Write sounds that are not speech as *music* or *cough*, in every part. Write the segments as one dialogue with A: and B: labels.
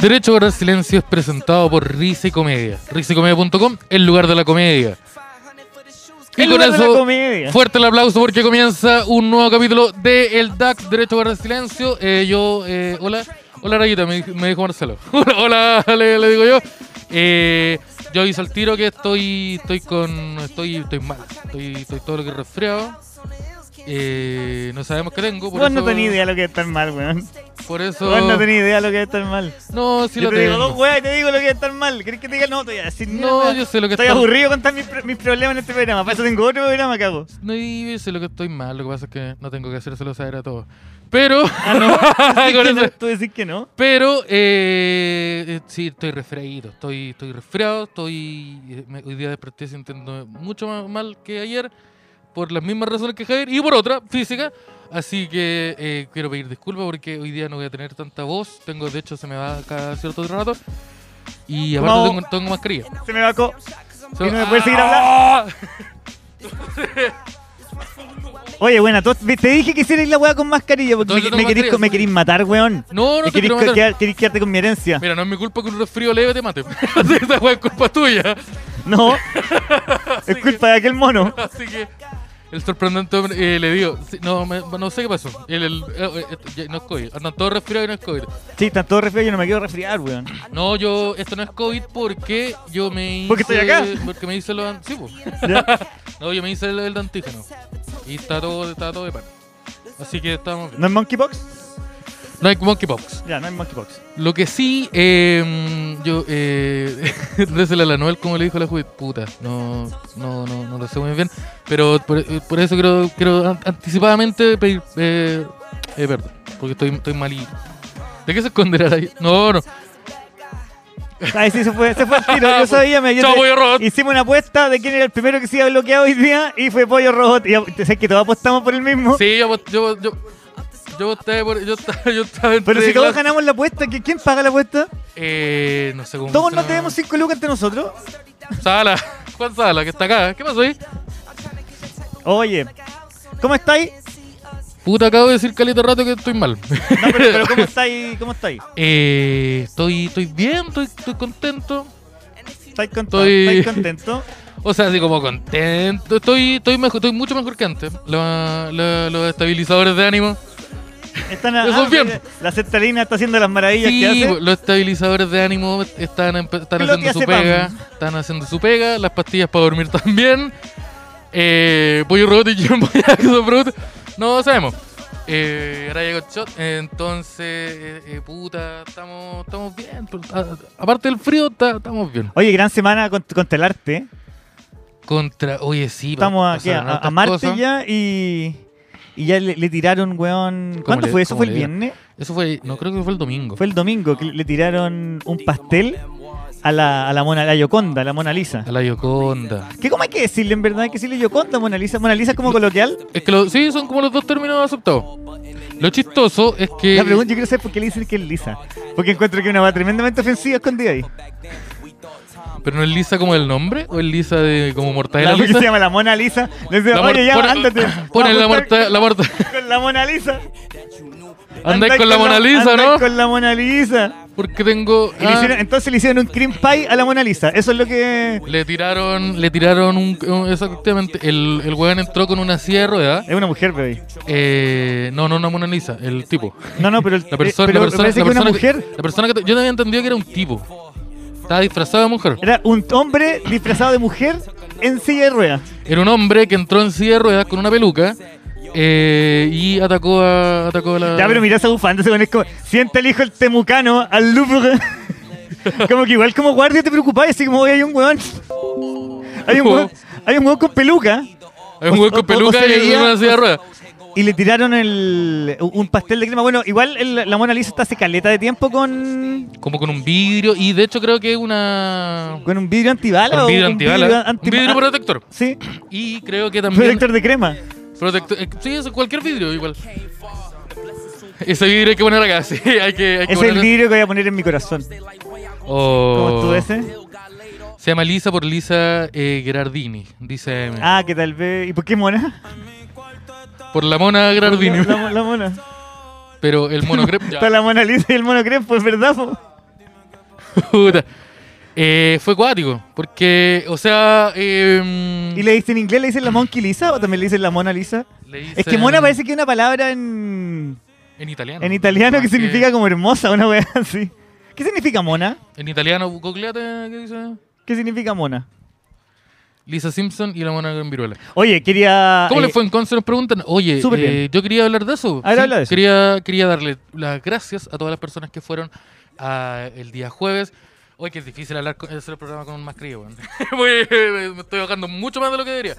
A: Derecho a guardar silencio es presentado por Risa y Comedia. Risacomedia.com, el lugar de la comedia. Y
B: El
A: con
B: lugar de la
A: eso,
B: comedia.
A: fuerte el aplauso porque comienza un nuevo capítulo de El DAC, Derecho a guardar silencio. Eh, yo, eh, hola, hola Rayita, me, dijo- me dijo Marcelo. *laughs* hola, hola, le, le digo yo. Eh, yo aviso al tiro que estoy, estoy con, estoy, estoy mal, estoy, estoy todo lo que resfriado. Eh, no sabemos qué tengo, por
B: Vos
A: eso,
B: no tenés idea lo que es estar mal, weón.
A: Por eso,
B: Vos no tenés idea lo que es estar mal.
A: no, sí lo
B: yo te digo
A: tengo.
B: dos weas y te digo lo que es estar mal. ¿Crees que te diga? No, te voy a decir ni
A: No,
B: una wea.
A: yo sé lo que
B: Estoy
A: estoy-
B: aburrido con mis, pro- mis problemas en este programa. Para eso tengo otro programa, cago.
A: No y sé lo que estoy mal, lo que pasa es que no tengo que hacérselo saber a todos. Pero, *laughs* Ah, con
B: *laughs* ¿Tú decís que
A: eso-
B: no? ¿Tú decís que no?
A: pero eh, eh, sí, estoy resfriado, estoy, estoy resfriado, estoy eh, me- hoy día desperté sintiendo mucho más mal que ayer por las mismas razones que Javier y por otra física. Así que eh, quiero pedir disculpas porque hoy día no voy a tener tanta voz. Tengo, de hecho, se me va cada cierto rato. Y aparte
B: Vamos.
A: tengo, tengo mascarilla.
B: Se me vacó.
A: So-
B: ¿Y no me puedes seguir
A: ¡Ah!
B: Oye, buena, tos- te dije que hicieras la wea con mascarilla porque
A: No, yo
B: me,
A: tengo
B: me querís,
A: mascarilla.
B: me querís matar, weón.
A: No, no
B: Me
A: te
B: querís,
A: quiero matar.
B: quedar- querís quedarte con mi herencia.
A: Mira, no es mi culpa que un resfrío leve te mate. *laughs* Esa fue culpa tuya. *laughs*
B: No. es culpa de aquel mono.
A: Así que el sorprendente hombre, eh, le digo, sí, no, me- no sé qué pasó. El, el- eh, eh, ya, no es COVID. Andan todos resfriados y no es COVID.
B: Sí, está todo resfriado, yo no me quiero resfriar, weón.
A: No, yo, esto no es COVID porque yo me hice...
B: Porque estoy acá.
A: Porque me hice los... an- Sí, po.
B: ¿Ya?
A: No, yo me hice el, el de antígeno. Y está todo, está todo de pan. Así que estamos bien.
B: ¿No es monkeypox?
A: No hay monkeypox.
B: Ya, no es monkeypox.
A: Lo que sí, eh, yo, eh, *laughs* désela a la Noel, como le dijo la juventud, puta, no, no, no, no lo sé muy bien, pero por, eh, por eso quiero, quiero an- anticipadamente pedir eh, eh, perdón, porque estoy, estoy malito. ¿De qué se esconderá ahí? No, no.
B: Ay, sí, se fue, se fue al tiro. Yo sabía, me
A: *laughs*
B: yo
A: Chao,
B: te-
A: Pollo Robot.
B: Hicimos una apuesta de quién era el primero que se iba bloqueado hoy día y fue Pollo Robot. Y ap- sé que todos apostamos por el mismo.
A: Sí, yo, vot- yo, vot- yo, yo voté por, yo estaba, yo estaba entre
B: Pero si todos
A: clases.
B: ganamos la apuesta, ¿qui- ¿quién paga la apuesta?
A: Eh, no sé cómo.
B: ¿Todos
A: funciona.
B: no tenemos 5 lucas entre nosotros?
A: Sala, *laughs* Juan Sala, que está acá, ¿qué pasó ahí?
B: Oye, ¿cómo estáis?
A: Puta, acabo de decir calito rato que estoy mal. *laughs*
B: No, pero, pero ¿cómo estáis? ¿Cómo estáis?
A: Eh, estoy, estoy bien, estoy, estoy contento.
B: ¿Estáis contento?
A: Estoy-
B: ¿Estáis contento?
A: O sea, así como contento. Estoy, estoy, mejor, estoy mucho mejor que antes. La- la- los estabilizadores de ánimo.
B: Están ah,
A: Eso es bien.
B: La centralina está haciendo las maravillas que
A: Sí,
B: hace.
A: los estabilizadores de ánimo están, empe- están
B: Es lo que
A: haciendo su
B: hace
A: pega.
B: Pam.
A: Están haciendo su pega. Las pastillas para dormir *laughs* también. Eh, Pollo Robot y Jumbo *laughs* Jackson Fruit. No sabemos. Eh, ahora llegó el shot. Entonces, eh, eh, puta, estamos, estamos bien. Ah, Aparte del frío, ta- estamos bien.
B: Oye, gran semana con, con telarte. ¿eh?
A: Contra, oye, sí,
B: Estamos aquí
A: pasaron
B: a, a
A: hartas
B: Marte
A: cosas.
B: ya y, y ya le, le tiraron, weón. ¿Cuándo
A: le-
B: fue eso?
A: cómo
B: ¿Fue el
A: le dieron?
B: viernes?
A: Eso fue, no creo que fue el domingo.
B: Fue el domingo que le tiraron un pastel a la, a la Mona, a la Yoconda, a la Mona Lisa.
A: A la Yoconda.
B: ¿Qué, ¿Cómo hay que decirle en verdad? ¿Hay que decirle Yoconda, Mona Lisa? ¿Mona Lisa es como coloquial?
A: Es que lo- sí, son como los dos términos aceptados. Lo chistoso es que.
B: La pregunta, yo quiero saber por qué le dicen que es Lisa. Porque encuentro que una va tremendamente ofensiva escondida ahí.
A: Pero no es Lisa como el nombre, o es Lisa de como mortadela
B: La que
A: Lisa.
B: se llama la Mona Lisa. Le dice,
A: La mor-
B: oye, ya,
A: pon-
B: ándate.
A: Ponen la
B: Vamos a
A: muerta.
B: estar
A: La
B: *laughs*
A: muerta.
B: Con la Mona Lisa.
A: Andáis con la Mona Lisa,
B: andáis
A: ¿no?
B: con la Mona Lisa.
A: Porque tengo.
B: Y le
A: ah,
B: hicieron- entonces le hicieron un cream pie a la Mona Lisa. Eso es lo que...
A: le tiraron, le tiraron un, un- exactamente, el, el weón entró con una silla de ruedas,
B: Es una mujer, bebé.
A: eh, no, no, no, Mona Lisa, el tipo,
B: No, no, pero... el- eh,
A: La persona,
B: pero
A: la persona,
B: parece
A: la
B: que una
A: persona
B: mujer...
A: que- la persona que te- yo no había entendido que era un tipo. Estaba disfrazado de mujer.
B: Era un hombre disfrazado de mujer en silla de ruedas.
A: Era un hombre que entró en silla de ruedas con una peluca eh, y atacó a, atacó a la.
B: Ya, pero mira esa bufanda, ese weón es como, sienta el hijo el temucano al Louvre. *laughs* como que igual como guardia te preocupás, así como, oye, hay un weón. Hay un weón, hay un weón con peluca.
A: Hay un hueco
B: o- o-
A: con peluca
B: o se
A: y
B: veía-
A: una silla de ruedas.
B: Y le tiraron el, un pastel de crema. Bueno, igual el- la Mona Lisa está hace caleta de tiempo con,
A: Como con un vidrio y de hecho creo que una.
B: con un vidrio antibala.
A: Un
B: o
A: vidrio antibala.
B: vidrio
A: Un
B: anti-
A: vidrio protector.
B: Sí,
A: Y creo que también.
B: protector de crema.
A: protector- eh, sí, es cualquier vidrio igual. Ese vidrio hay que poner acá, *laughs* sí. Hay que, hay que
B: Ese es
A: poner-
B: el vidrio que voy a poner en mi corazón.
A: Oh.
B: ¿Cómo estuvo ese?
A: Se llama Lisa por Lisa eh, Gerardini, dice M.
B: Ah, que tal vez... ¿Y por qué mona?
A: Por la mona Gerardini.
B: La, la mona.
A: *laughs* Pero el mono crep- ya.
B: *laughs* Está la Mona Lisa y el mono crepo, es pues, verdad. po?
A: Puta. Eh, fue cuático, porque, o sea... eh,
B: ¿Y le dicen en inglés, le dicen la Monkey Lisa o también le dicen la Mona Lisa?
A: le
B: Es que
A: dicen
B: Mona parece que es una palabra en,
A: En italiano.
B: en italiano que
A: Más
B: significa como hermosa, una wea así. ¿Qué significa Mona?
A: En italiano, googleate, ¿qué dice?
B: ¿Qué significa Mona?
A: Lisa Simpson y la mona en viruela.
B: Oye, quería...
A: ¿Cómo
B: eh,
A: le fue en Conce? Nos preguntan. Oye,
B: Súper
A: eh,
B: bien.
A: yo quería hablar de eso.
B: A ver, habla de eso.
A: Quería, quería darle las gracias a todas las personas que fueron a el día jueves. Oye, que es difícil hablar con, hacer el programa con un mascarilla, weón. *laughs* Muy- Me estoy bajando mucho más de lo que debería.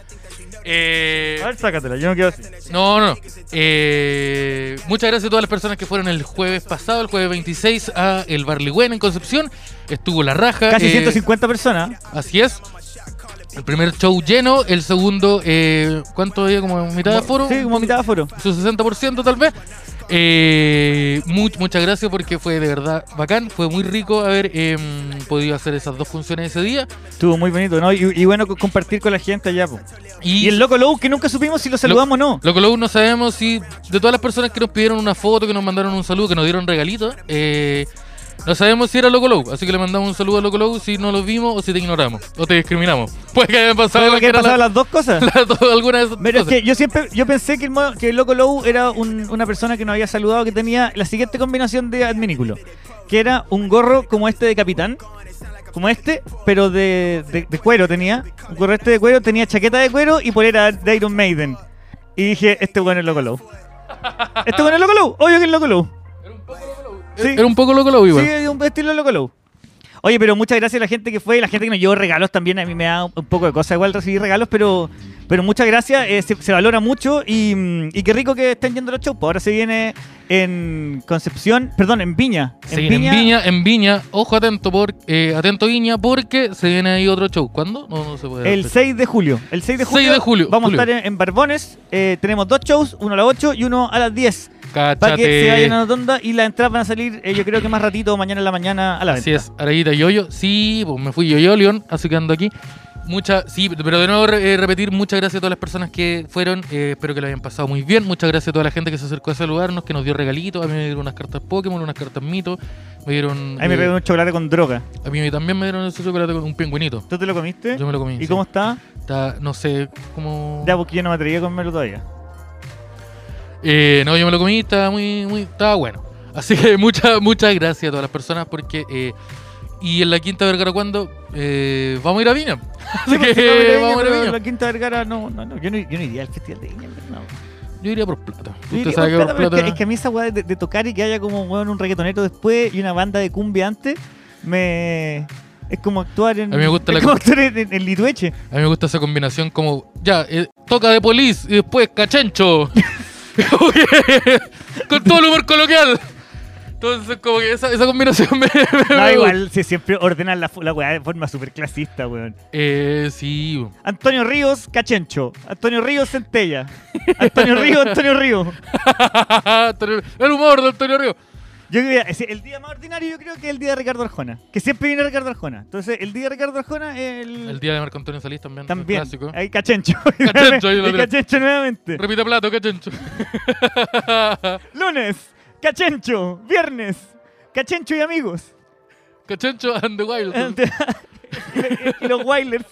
A: Eh,
B: A ver, sácatela, yo no quiero así.
A: no, no. no. Eh, muchas gracias a todas las personas que fueron el jueves pasado, el jueves 26, a el Barligüen en Concepción. Estuvo la raja.
B: Casi
A: eh,
B: 150 personas.
A: Así es. El primer show lleno, el segundo, eh, ¿cuánto había? Como mitad de foro.
B: Sí, como mitad de foro.
A: Su 60% tal vez. Eh, mu- muchas gracias porque fue de verdad bacán. Fue muy rico haber eh, podido hacer esas dos funciones ese día.
B: Estuvo muy bonito, ¿no? Y, y bueno, co- compartir con la gente allá, po.
A: Y,
B: Y el Loco Low, que nunca supimos si lo saludamos o no.
A: Loco Lobo, no sabemos si de todas las personas que nos pidieron una foto, que nos mandaron un saludo, que nos dieron regalitos, eh, no sabemos si era Loco Lobo. Así que le mandamos un saludo a Loco Lobo si no lo vimos o si te ignoramos o te discriminamos. *laughs* Puede que hayan pasado
B: ¿Sabes que han
A: cualquiera
B: pasado
A: la-
B: las dos cosas?
A: *laughs* la- alguna de esas
B: Pero es
A: cosas.
B: que yo siempre yo pensé que el, mo- que el Loco Low era un- una persona que nos había saludado que tenía la siguiente combinación de adminículo. Que era un gorro como este de capitán, como este, pero de, de- de cuero tenía. Un gorro este de cuero, tenía chaqueta de cuero y polera de Iron Maiden. Y dije, este bueno es Loco Low. Este bueno es Loco Low, obvio que es Loco Low. Sí.
A: Era un poco Loco Lobo igual.
B: Sí, es un estilo loco low. Oye, pero muchas gracias a la gente que fue y la gente que nos llevó regalos también. A mí me da un un poco de cosa igual recibir regalos, pero, pero muchas gracias. eh, se, se valora mucho y, mm, y qué rico que estén yendo los shows. po. Ahora se viene en Concepción, perdón, en Viña.
A: Se viene en Viña, en Viña, ojo atento, por, eh, atento Viña, porque se viene ahí otro show. ¿Cuándo? No, no se puede. dar
B: El
A: fecha.
B: 6 de julio. El 6 de
A: 6
B: julio.
A: de julio,
B: Vamos
A: julio.
B: a estar en, en Barbones. eh, tenemos dos shows, uno a las 8 y uno a las 10. Para que se vayan a
A: Cáchate.
B: la tonda y las entradas van a salir, eh, yo creo que más ratito, mañana en la mañana a la venta.
A: Así es, Arayita Yoyo. Sí, pues me fui Yoyo, León, así que ando aquí. Mucha, sí, pero de nuevo re- eh, repetir, muchas gracias a todas las personas que fueron. eh, espero que lo hayan pasado muy bien. Muchas gracias a toda la gente que se acercó a saludarnos, que nos dio regalitos. A mí me dieron unas cartas Pokémon, unas cartas Mito. Me dieron.
B: Ahí me
A: eh,
B: pegó un chocolate con droga.
A: a mí también me dieron ese chocolate con un pingüinito.
B: ¿Tú te lo comiste?
A: Yo me lo comí.
B: ¿Eh? ¿Y
A: sí.
B: cómo está?
A: Está, no sé cómo.
B: Ya, porque yo no me atreví a
A: *laughs*
B: comérmelo todavía.
A: Eh, no, yo me lo comí, estaba muy, muy, estaba bueno. Así que *laughs* muchas, muchas gracias a todas las personas porque eh, y en la quinta Vergara cuando eh, vamos a ir a Viña. Así
B: Sí, porque no me
A: que
B: atreví,
A: vamos a ir
B: pero
A: a Viña.
B: La Quinta Vergara, no, no, no, yo no, yo no iría al festival de Viña, no.
A: Yo iría por plata.
B: Yo
A: Usted
B: iría
A: sabe que
B: por
A: por
B: plata, pero
A: plata.
B: es que, es que a mí esa weá de, de tocar y que haya como weón, un reggaetonero después y una banda de cumbia antes, me. Es como actuar en.
A: A mí me gusta
B: es
A: la
B: como
A: cum-
B: actuar en, en-
A: *laughs*
B: en Litueche.
A: A mí me gusta esa combinación como ya eh, toca de polis y después cachencho. *laughs* Con todo el humor coloquial. Entonces como que esa, esa combinación me, *laughs* me-
B: No,
A: me
B: igual, si siempre ordenan la, fu- la weá de forma súper clasista, weón.
A: gusta. Eh, sí. *laughs*
B: Antonio Ríos, Cachencho. Antonio Ríos, Centella. Antonio Ríos, Antonio Ríos.
A: Antonio- el humor de Antonio Río.
B: Yo creo que el día más ordinario yo creo que es el día de Ricardo Arjona. Que siempre viene Ricardo Arjona. Entonces, el día de Ricardo Arjona es el,
A: El día de Marco Antonio Salís también.
B: también.
A: un Clásico.
B: Hay cachencho.
A: *laughs* Cachencho, ahí lo
B: Y
A: tiré.
B: cachencho nuevamente.
A: Repita plato, *laughs* cachencho.
B: Lunes, cachencho. Viernes, cachencho y amigos. *laughs*
A: cachencho and the wild.
B: y los Wailers.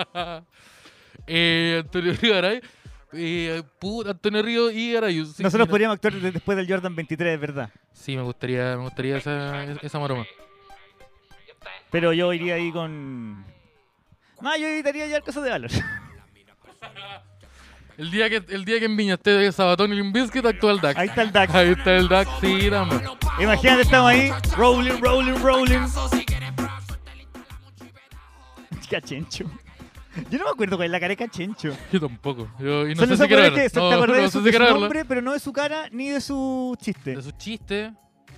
A: *laughs* eh, Antonio Río Aray. Eh, puta, Antonio Río y Arayus. Sí,
B: Nosotros
A: mira.
B: podríamos actuar de- después del Jordan 23, es verdad.
A: Sí, me gustaría, me gustaría esa, esa maroma.
B: Pero yo iría ahí con. No, yo evitaría ya cosas de valor.
A: El día que, el día que en Viña esté Sabatón y Limbiskit, actual DAC.
B: Ahí está el DAX.
A: Ahí está el DAC, sí, dame.
B: Imagínate, estamos ahí. Rolling, rolling, rolling. *laughs* Cachencho. Yo no me acuerdo cuál es la cara de Cachencho.
A: Yo tampoco. Yo, y no sé
B: Solo se
A: si quiero
B: acuerda
A: verlo.
B: que se-
A: No,
B: te acordás
A: no
B: de
A: sé
B: su,
A: si
B: de su
A: quiero verlo.
B: nombre, pero no de su cara ni de su chiste.
A: De sus chistes.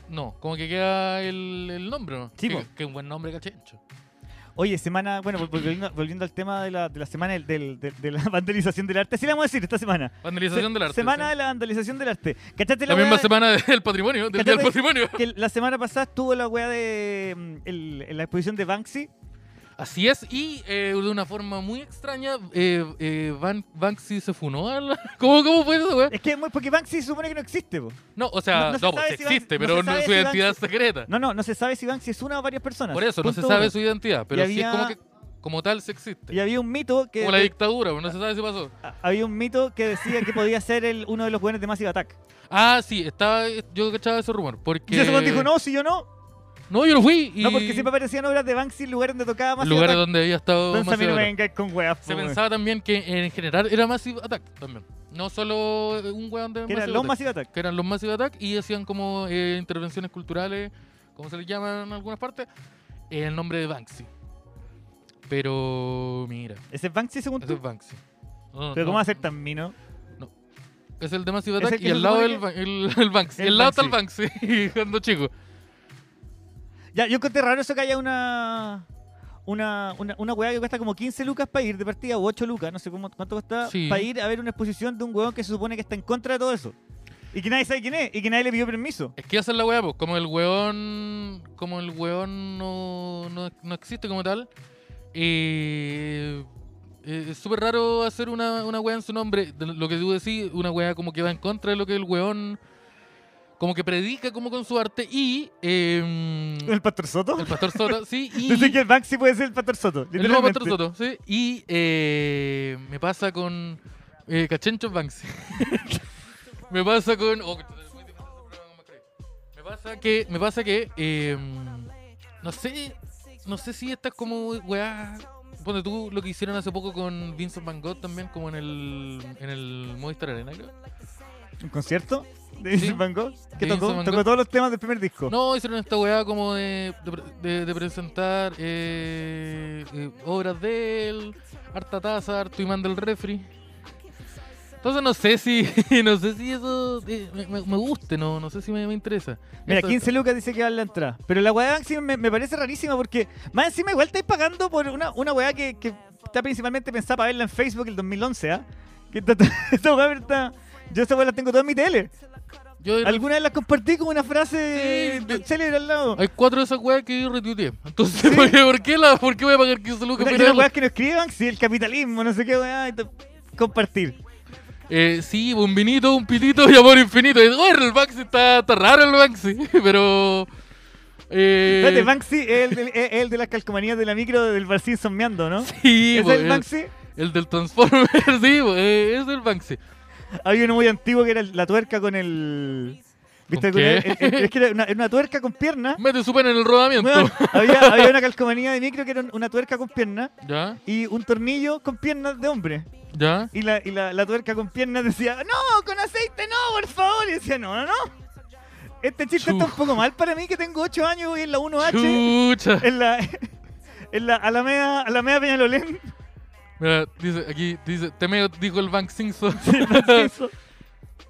A: No, como que queda el, el nombre, ¿no?
B: Sí, po.
A: que, que un buen nombre, cachencho.
B: Oye, semana, bueno, vol- volviendo, volviendo al tema de la, de la semana del, del- de, de la *laughs* vandalización del arte, sí la vamos a decir esta semana.
A: Vandalización
B: Se-
A: del arte.
B: Semana
A: sí.
B: de la vandalización del arte. ¿Cachaste la,
A: La misma
B: weá
A: semana *laughs* del patrimonio, del día del
B: ¿Cachai?
A: patrimonio.
B: que la semana pasada estuvo la weá de mm, el- en la exposición de Banksy?
A: Así es, y eh, de una forma muy extraña, eh, eh, Ban- Banksy se funó. a la- *laughs* ¿Cómo, ¿Cómo fue eso, weón?
B: Es que muy- porque Banksy se supone que no existe, po.
A: No, o sea,
B: No-
A: no,
B: no se
A: pues,
B: sabe si Ban-
A: existe,
B: no
A: pero
B: se
A: no
B: sabe
A: es su
B: si
A: identidad
B: Banksy-
A: secreta.
B: No, no, no se sabe si Banksy es una o varias personas.
A: Por eso, no se
B: Punto
A: sabe
B: uno.
A: su identidad, pero
B: Y
A: sí es como
B: había-
A: que como tal se existe.
B: Y había un mito que
A: Como la
B: de-
A: dictadura, pero no se sabe si pasó.
B: a- había un mito que decía que podía ser el, uno de los buenos de Massive Attack.
A: Ah, sí, estaba, yo cachaba ese rumor, porque...
B: Y ese weón dijo, no, si yo no.
A: No, yo no fui. Y
B: No, porque siempre aparecían obras de Banksy en lugares donde tocaba Massive
A: lugares
B: Attack.
A: donde había estado
B: Entonces a mí
A: Massive
B: no me
A: Attack.
B: vengáis con weas,
A: Se
B: po, weón.
A: pensaba también que en general era Massive Attack también. No solo un weón de Massive
B: Que eran los
A: Attack.
B: Massive Attack.
A: que eran los Massive Attack y hacían como eh, intervenciones culturales, como se les llama en algunas partes, en el nombre de Banksy. Pero mira,
B: Ese es Banksy según
A: ese
B: tú.
A: es Banksy. No,
B: Pero
A: no,
B: ¿cómo va a ser tan mino?
A: Es el de Massive
B: ¿Ese
A: Attack
B: que
A: y
B: se
A: al lado
B: supone
A: el, Ban- el, el Banksy.
B: El
A: al lado está el Banksy, *laughs* cuando chico.
B: Ya, yo encontré raro eso que haya una... Una, una, una weá que cuesta como 15 lucas para ir de partida o 8 lucas, no sé cómo, cuánto cuesta
A: Sí.
B: para ir a ver una exposición de un weón que se supone que está en contra de todo eso. Y que nadie sabe quién es, y que nadie le pidió permiso.
A: Es que esa es la weá, pues. Como el weón. Como el weón no, no, no existe como tal. eh, eh, es súper raro hacer una, una weá en su nombre. De lo que tú decís, una weá como que va en contra de lo que el weón. Como que predica como con su arte. Y. eh,
B: ¿El Pastor Soto?
A: el pastor Soto, sí. Y,
B: Desde que el Banksy puede ser el Pastor Soto.
A: el nuevo
B: literalmente.
A: pastor Soto, sí. Y eh, me pasa con. Eh, Cachencho Banks. *laughs* me pasa con. oh, me pasa que. Me pasa que. eh, no sé. No sé si esta es como. Weá. Ponte tú lo que hicieron hace poco con Vincent Van Gogh también, como en el. En el Movistar Arena, creo.
B: ¿Un concierto? ¿De
A: Sí.
B: Vincent Van Gogh?
A: De
B: Que
A: Vincent
B: tocó,
A: Van
B: tocó
A: Gogh.
B: todos los temas del primer disco.
A: No, hicieron esta weá como de, de pre- de- de presentar eh, eh, obras de él, harta taza, harto imán del refri. Entonces no sé si, *laughs* no sé si eso eh, me, me- me guste, no, no sé si me, me interesa.
B: Mira,
A: Eso-
B: 15 lucas dice que vale la entrada. Pero la weá de Banksy me, me parece rarísima porque más encima igual estáis pagando por una, una weá que, que está principalmente pensada para verla en Facebook el 2011, ¿ah? Que esta- *laughs* esta weá está... Yo esta weá la tengo toda en mi tele.
A: yo-
B: Alguna vez la compartí con una frase
A: Sí, de-
B: célebre al lado.
A: hay cuatro de esas weas que yo retuiteé. Entonces, *laughs* ¿por, qué, por qué la, ¿por qué voy a pagar 15 lucas
B: Una-
A: por
B: y una
A: verla?
B: weá que no escribe Banksy, el capitalismo, no sé qué weá. y to- Compartir.
A: Eh, sí, un vinito, un pitito y amor infinito. Y, bueno, el Banksy está, está raro el Banksy, *laughs* pero... eh,
B: Espérate, Banksy es el, del- es el de las calcomanías de la micro del Brasil sonmeando, ¿no?
A: sí, pues,
B: ¿Es
A: po,
B: el
A: el-
B: Banksy?
A: El del Transformer, *laughs* sí, po, eh, es el Banksy.
B: Había uno muy antiguo que era el- la tuerca con el. ¿Viste?
A: ¿Con
B: Con el-
A: qué?
B: el- el- es que era una, era una tuerca con pierna.
A: Mete su pene en el rodamiento.
B: Weón, había, había una calcomanía de micro que era una tuerca con pierna
A: Ya,
B: y un tornillo con piernas de hombre.
A: ya.
B: Y la, y la, la tuerca con piernas decía, no, con aceite no, por favor. Y decía, no, no, no. Este chiste
A: Chu.
B: está un poco mal para mí que tengo 8 años y en la 1H,
A: Chucha.
B: en la, *laughs* en la Alameda,
A: *laughs*
B: Alameda Peñalolén.
A: Mira, dice, aquí dice, Temeo dijo el Banksy.
B: *laughs* Eso.
A: *laughs*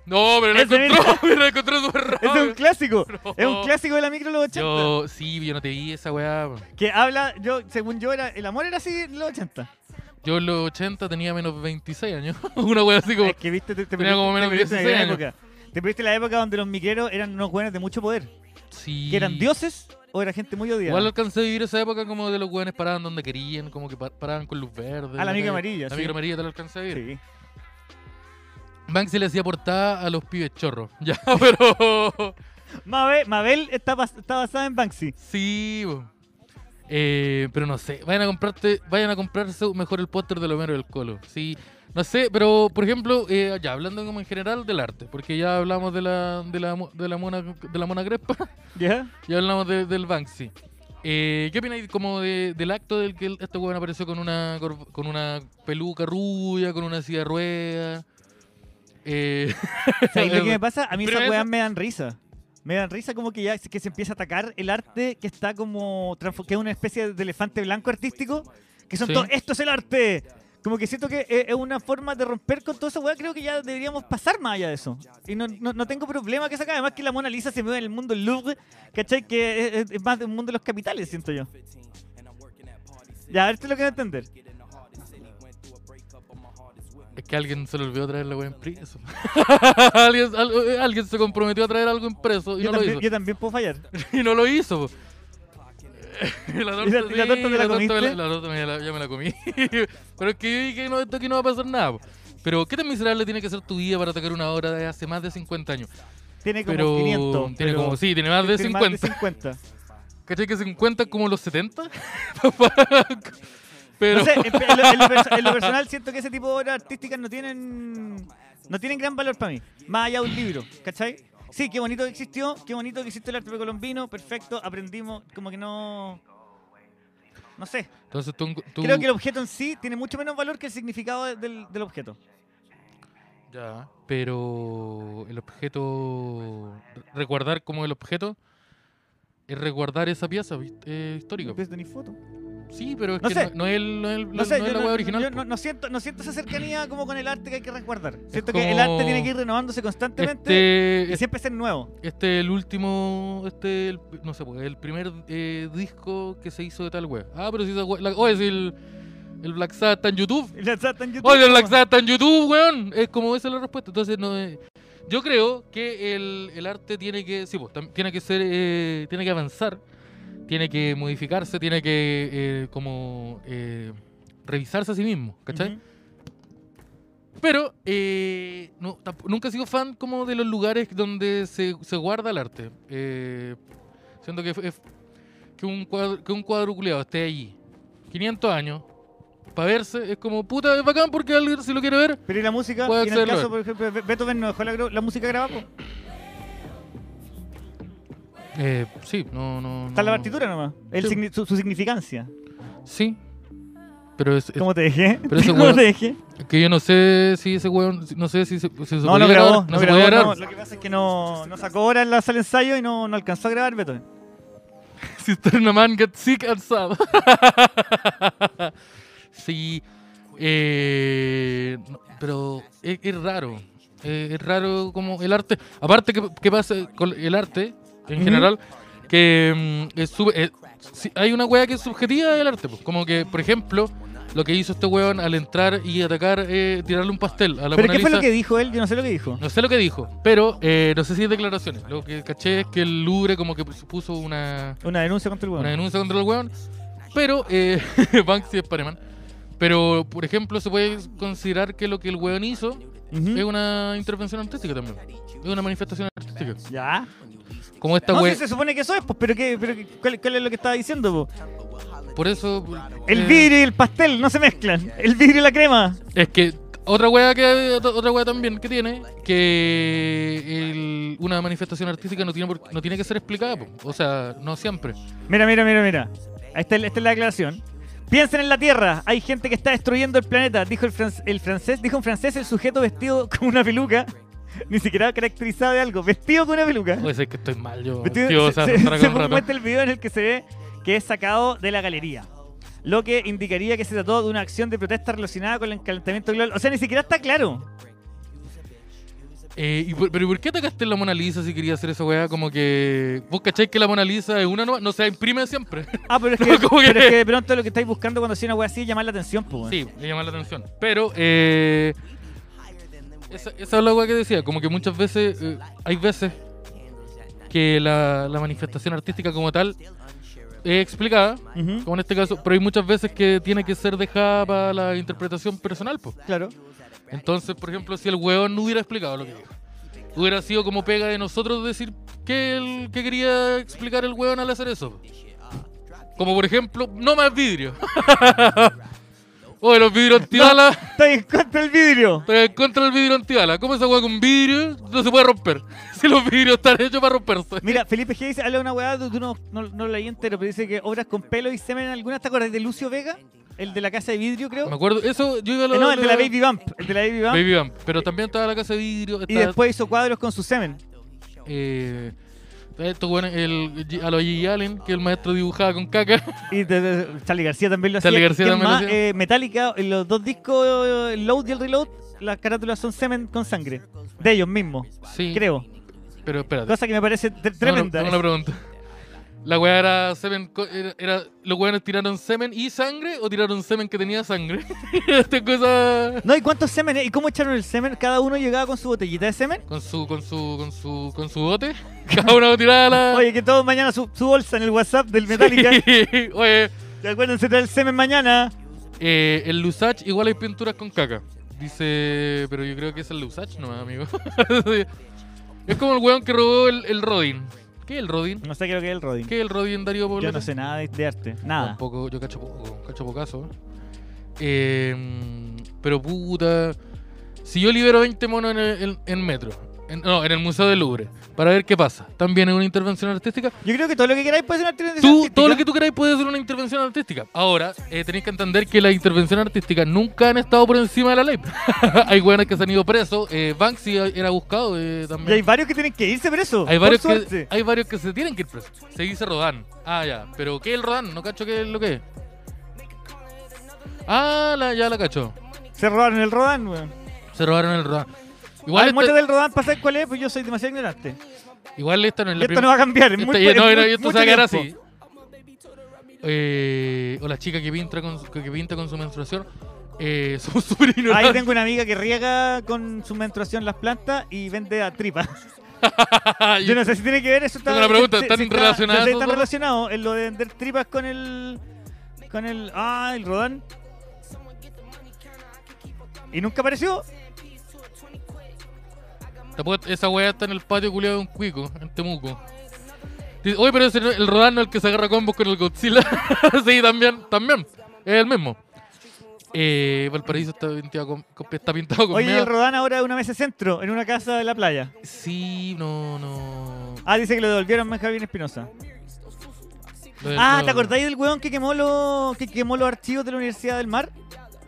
A: no, pero lo
B: Ese
A: encontró, *laughs* pero lo encontró súper
B: es
A: rápido.
B: un clásico.
A: No.
B: Es un clásico de la micro de los 80.
A: Yo, sí, yo no te vi esa weá. po.
B: Que habla, yo, según yo, era el amor era así en los 80.
A: Yo en los 80 tenía menos 26 años. *laughs* Una weá así como,
B: Es que viste, te, te
A: Tenía
B: perdiste-
A: como menos
B: te perdiste
A: 16
B: la
A: años.
B: época. Te perdiste la época donde los miqueros eran unos buenos de mucho poder.
A: sí.
B: Que eran dioses o era gente muy odiada.
A: Igual alcancé a vivir esa época como de los weones paraban donde querían, como que pa- paraban con luz verde.
B: Ah, la
A: en
B: micro
A: calle.
B: amarilla,
A: La
B: sí.
A: micro amarilla te lo alcancé a vivir.
B: Sí.
A: Banksy le hacía portada a los pibes chorros. *laughs* Ya, pero.
B: Mabel, Mabel está, bas- está basada en Banksy.
A: Sí, bo. Eh, pero no sé. Vayan a comprarte, vayan a comprarse mejor el póster de Homero del Colo. Sí, no sé, pero por ejemplo, eh, ya hablando como en general del arte, porque ya hablamos de la, de la, mo- de la mona de la mona Crespa, *laughs*
B: ¿Ya?
A: ya hablamos de- del Banksy. Eh, ¿Qué opináis como de- del acto del que el- este weón apareció con una cor- con una peluca rubia, con una silla de ruedas? Eh, *laughs*
B: ¿Sabes lo que me pasa? A mí
A: Pero
B: esas
A: eso-
B: weas me dan risa. Me dan risa como que ya se- que se empieza a atacar el arte que está como. transfo- que es una especie de elefante blanco artístico. Que son
A: Sí.
B: todos. ¡Esto es el arte! Como que siento que es es una forma de romper con toda esa weá. Creo que ya deberíamos pasar más allá de eso. Y no, no- no tengo problema que sacar. Además, que la Mona Lisa se mueve en el mundo del Louvre. ¿Cachai? Que es- es, es más de un mundo de los capitales, siento yo. Ya, a ver, esto es lo que voy a entender.
A: Es que alguien se le olvidó traer la weá en preso. *laughs* alguien, al- eh, alguien se comprometió a traer algo impreso y
B: Yo
A: no
B: también,
A: lo hizo.
B: *laughs* yo también puedo fallar.
A: Y no lo hizo. po. la torta,
B: ¿Y la- y la
A: sí,
B: torta te la
A: torta me
B: comiste?
A: la- la torta me la- ya me la comí. *laughs* Pero es que vi que no, esto aquí no va a pasar nada. po. Pero ¿qué tan miserable tiene que ser tu vida para tocar una obra de hace más de 50 años?
B: Tiene como
A: Pero
B: 500.
A: tiene
B: pero-
A: como, sí, tiene más de
B: tiene
A: 50.
B: Más de 50.
A: ¿Cachai que 50 como los *laughs* 70?
B: No
A: Pero
B: sé, en, en lo, en lo perso-
A: *laughs*
B: en lo personal siento que ese tipo de obras artísticas no tienen no tienen gran valor para mí. Más allá de un libro, ¿cachai? Sí, qué bonito que existió, qué bonito que existe el arte precolombino, perfecto, aprendimos, como que no... No sé,
A: entonces tú, tú-
B: creo que el objeto en sí tiene mucho menos valor que el significado de- del, del objeto.
A: Ya, pero el objeto recordar como el objeto es recordar esa pieza vi- eh, histórica. po.
B: Pues, de ni foto.
A: Sí, pero es
B: No
A: que
B: sé.
A: no, no es, el- no es el- no
B: No sé,
A: es
B: yo
A: la
B: no,
A: wea original.
B: yo
A: po.
B: no- no siento, no siento esa cercanía como con el arte que hay que resguardar. Siento que el
A: como-
B: arte tiene que ir renovándose constantemente
A: Este,
B: y siempre ser nuevo. *laughs*
A: Este el último, este el- no sé, pues, el primer eh, disco que se hizo de tal web. Ah, pero si esa wea, la- oh, es el, el Black Sabbath está en YouTube.
B: Y la trata *laughs* en YouTube
A: Oye, el
B: como-
A: Black Sabbath está en YouTube, weón. Es como esa es la respuesta. Entonces, no eh, yo creo que el, el arte tiene que, sí, pues, tam- tiene que ser, eh, tiene que avanzar, tiene que modificarse, tiene que eh, como eh, revisarse a sí mismo, ¿cachai?
B: Ujú.
A: Pero eh, no, tamp- nunca he sido fan como de los lugares donde se, se guarda el arte. Eh, siento que, es- que un cuadro, que un cuadro culiado esté allí 500 años para verse es como puta es bacán porque alguien si lo quiere ver.
B: Pero y la música,
A: Puede
B: y en el
A: serlo.
B: caso, por ejemplo, Be- Beethoven no dejó la, gra- la música grabada. po.
A: Eh, sí, no, no.
B: Está en
A: no.
B: la partitura nomás. El
A: Sí.
B: signi- su, su significancia.
A: Sí. Pero es, es
B: ¿Cómo te dejé?
A: *laughs* pero ese
B: ¿Cómo
A: weón-
B: te dejé?
A: que yo no sé si ese weón, no sé si se, si se
B: No, no
A: podía
B: grabó,
A: grabar,
B: no,
A: se
B: grabó.
A: podía
B: no.
A: grabar.
B: Lo que pasa es que no, no sacó hora en la sala de ensayo y no, no alcanzó a grabar Beethoven.
A: Cisterna Man get sick and sad. *laughs* sí. eh, no, pero es, es raro. eh, es raro como el arte. Aparte que, que pasa con el arte en
B: Ujú.
A: general. Que mm, es sub- eh, sí, hay una wea que es subjetiva del arte. pues, Como que, por ejemplo, lo que hizo este weón al entrar y atacar, eh, tirarle un pastel a la
B: ¿Pero
A: Mona
B: qué fue
A: Lisa.
B: lo que dijo él? Yo no sé lo que dijo.
A: No sé lo que dijo, pero eh, no sé si es declaraciones. Lo que caché es que el Louvre como que puso una,
B: Una denuncia contra el
A: una
B: weón.
A: denuncia contra el weón. Pero, eh, *laughs* Banksy es pareman. Pero, por ejemplo, se puede considerar que lo que el weón hizo es
B: Ujú.
A: una intervención artística también. Es una manifestación artística.
B: Ya.
A: Como esta
B: No,
A: wea-
B: sí, se supone que eso es, pues, pero, qué, pero qué- ¿cuál, cuál es lo que estaba diciendo? po?
A: Por eso.
B: El
A: eh,
B: vidrio y el pastel no se mezclan. El vidrio y la crema.
A: Es que. Otra wea, que, otra wea también que tiene, que el- una manifestación artística no tiene, por- no tiene que ser explicada, po. o sea, no siempre.
B: Mira, mira, mira, mira. Ahí está, el- esta es la declaración. Piensen en la Tierra, hay gente que está destruyendo el planeta, dijo el, fran- el francés, dijo un francés el sujeto vestido *laughs* con una peluca, ni siquiera caracterizado de algo, vestido con una peluca.
A: Puede ser que estoy mal yo.
B: Vestido-
A: tío, o sea,
B: se se-
A: estará
B: se
A: con rato.
B: muestra el video en el que se ve que es sacado de la galería, lo que indicaría que se trató de una acción de protesta relacionada con el calentamiento global. O sea, ni siquiera está claro.
A: Eh, ¿y por- ¿Pero por qué atacaste la Mona Lisa si quería hacer esa weá? Como que. ¿Vos cacháis que la Mona Lisa es una nueva? No se imprime siempre. *laughs*
B: Ah, pero es que,
A: ¿Cómo que?
B: pero es que de pronto lo que estáis buscando cuando hacía una wea así es llamar la atención, pues. weón.
A: sí, le llama la atención. Pero. eh, esa, esa es la weá que decía. Como que muchas veces. eh, hay veces que la, la manifestación artística como tal es explicada,
B: Ujú,
A: como en este caso, pero hay muchas veces que tiene que ser dejada para la interpretación personal, pues.
B: Claro.
A: Entonces, por ejemplo, si el huevón no hubiera explicado lo que dijo, hubiera sido como pega de nosotros decir que, el, que quería explicar el huevón al hacer eso. Como por ejemplo, no más
B: *laughs*
A: vidrio. Oye, los vidrios antibala.
B: Estoy en contra del vidrio.
A: Estoy en contra del vidrio antibala. ¿Cómo esa hueá con vidrio no se puede romper? *laughs* Si los vidrios están hechos para romperse.
B: Mira, Felipe G dice, habla de una weá, tú tú no, no, no lo leí entero, pero dice que obras con pelo y semen algunas, ¿te acuerdas de Lucio Vega? El de la casa de vidrio, creo.
A: Me acuerdo, eso yo iba a
B: Eh, no, el de la Baby Bump, el de la Baby Bump.
A: Baby Bump, Pero también estaba la casa de vidrio.
B: y
A: estaba-
B: después hizo cuadros con su semen.
A: eh, esto, bueno, el, a los G. Allen, que el maestro dibujaba con caca. *laughs*
B: Y de- de- Charlie García también lo hacía.
A: Charlie García
B: ¿Quién
A: también lo
B: más?
A: hacía.
B: Eh, Metallica, en los dos discos, el Load y el Reload, las carátulas son semen con sangre. De ellos mismos,
A: Sí.
B: creo.
A: Pero espérate.
B: Cosa que me parece tre-
A: Tengo una-
B: tremenda.
A: Tengo una pregunta. La weá era semen. co- Era, era- los weones tiraron semen y sangre o tiraron semen que tenía sangre. *laughs* Esta cosa.
B: No, ¿y cuántos semen? eh? ¿Y cómo echaron el semen? Cada uno llegaba con su botellita de semen.
A: Con su, con su, con su, con su bote. *laughs* Cada uno tiraba la. *laughs*
B: Oye, que todos mañana su, su bolsa en el WhatsApp del Metallica.
A: Oye,
B: Y Acuérdense del semen mañana.
A: eh, el Lusach igual hay pinturas con caca. Dice, pero yo creo que es el Lusach nomás, amigo. *laughs* es como el weón que robó el, el Rodin. ¿Qué es el Rodin?
B: No sé qué es lo que es el Rodin.
A: ¿Qué es el Rodin Darío
B: Yo
A: Poblete?
B: no sé nada de, de arte. Nada.
A: Tampoco, yo cacho poco, cacho pocaso. Eh, pero puta. Si yo libero 20 monos en, el, en- en metro, en- no, en el Museo del Louvre, para ver qué pasa, también es una intervención artística.
B: Yo creo que todo lo que queráis puede ser arte.
A: Tú, todo lo que tú queráis puede ser una intervención artística. Ahora, eh, tenéis que entender que las intervenciones artísticas nunca han estado por encima de la ley. *laughs* hay buenas que se han ido presos. eh, Banksy era buscado eh,
B: Y hay
A: también.
B: varios que tienen que irse presos.
A: Hay
B: por
A: varios,
B: suerte.
A: que, hay varios que se tienen que ir presos. Se dice Rodán. Ah, ya. Pero ¿qué es el Rodán? No cacho qué es lo que es. Ah, la- ya la cacho.
B: Se robaron el Rodán, weón.
A: Se robaron el Rodán.
B: Igual
A: Igual, esta,
B: del Rodán para saber cuál es, pues yo soy demasiado ignorante.
A: igual esta no es la
B: Esto
A: primera.
B: no va a cambiar. Es muy,
A: Esta- no,
B: es
A: no,
B: muy-
A: esto se
B: mucho
A: va a quedar así.
B: tiempo.
A: Eh, o la chica que pinta con, su- que pinta con su menstruación. Eh, *laughs* somos súper
B: Ahí
A: ignorantes. *laughs*
B: tengo una amiga que riega con su menstruación las plantas y vende a tripa.
A: Ay,
B: Yo no sé si tiene que ver eso.
A: Tengo una pregunta, ¿están relacionadas
B: Están,
A: esas
B: están
A: dos?
B: relacionados en lo de vender tripas con el. con el. Ah, el Rodán. Y nunca apareció.
A: tampoco- esa weá está en el patio culiado de un cuico, en Temuco. Dice, Oye, pero ese no- el Rodán no es el que se agarra combos con el Godzilla. *laughs* sí, también, también. Es el mismo. Eh, Valparaíso está pintado con, con- está pintado con
B: Oye, y
A: mea.
B: el Rodán ahora es una mesa centro, en una casa de la playa.
A: Sí, no, no.
B: Ah, dice que lo devolvieron más Javier Espinosa.
A: Lo del-
B: Ah,
A: lo-
B: ¿te acordáis del weón que quemó, los que quemó los archivos de la Universidad del Mar?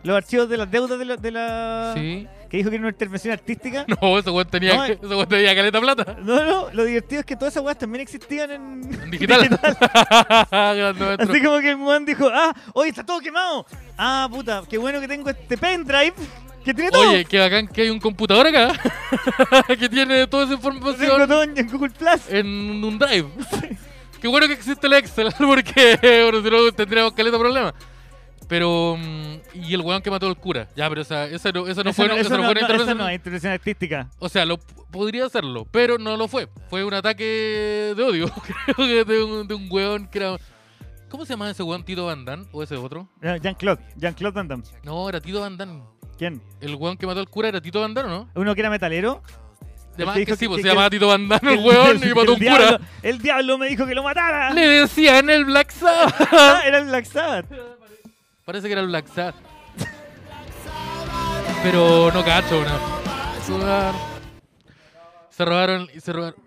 B: Los archivos de las deudas de la. De la
A: Sí. *laughs*
B: Que dijo que era una intervención artística.
A: No, ese weón tenía,
B: No, eh.
A: ese weón tenía caleta plata.
B: No, no, lo divertido es que todas esas weas también existían en.
A: En
B: *laughs*
A: digital. *laughs* Grande maestro.
B: Así como que el weón dijo, ah, hoy está todo quemado. Ah, puta, qué bueno que tengo este pendrive que tiene todo.
A: Oye, que bacán que hay un computador acá *laughs* que tiene toda esa
B: Lo tengo
A: información
B: todo en en Google Plus.
A: en un drive. *laughs* Qué bueno que existe el Excel, *laughs* porque bueno, si no tendríamos caleta de problemas. Pero, mm, y el weón que mató al cura. Ya, pero o sea, esa no, esa no fue, esa no fue una
B: no,
A: intervención.
B: no es intervención artística.
A: O sea, lo p- podría hacerlo, pero no lo fue. Fue un ataque de odio, *laughs* creo que de un, de un weón que era. ¿Cómo se llama ese weón? ¿Tito Van Damme? ¿O ese otro?
B: No, Eh, Jean-Claude, Jean-Claude Van Damme.
A: No, era Tito Van Damme.
B: ¿Quién?
A: El weón que mató al cura era Tito Van Damme, ¿no?
B: Uno que
A: *laughs*
B: era metalero.
A: De
B: El
A: más que,
B: que dijo
A: sí,
B: que-
A: pues
B: que-
A: se llamaba Tito Van Damme el
B: El-
A: weón
B: el-
A: y mató
B: el
A: un cura.
B: diablo- El diablo me dijo que lo matara.
A: Le decían el Black Sabbath.
B: Ah, era el Black Sabbath.
A: Parece que era el Black Sabbath. Pero no cacho, no. Jugar. Se robaron, se robaron.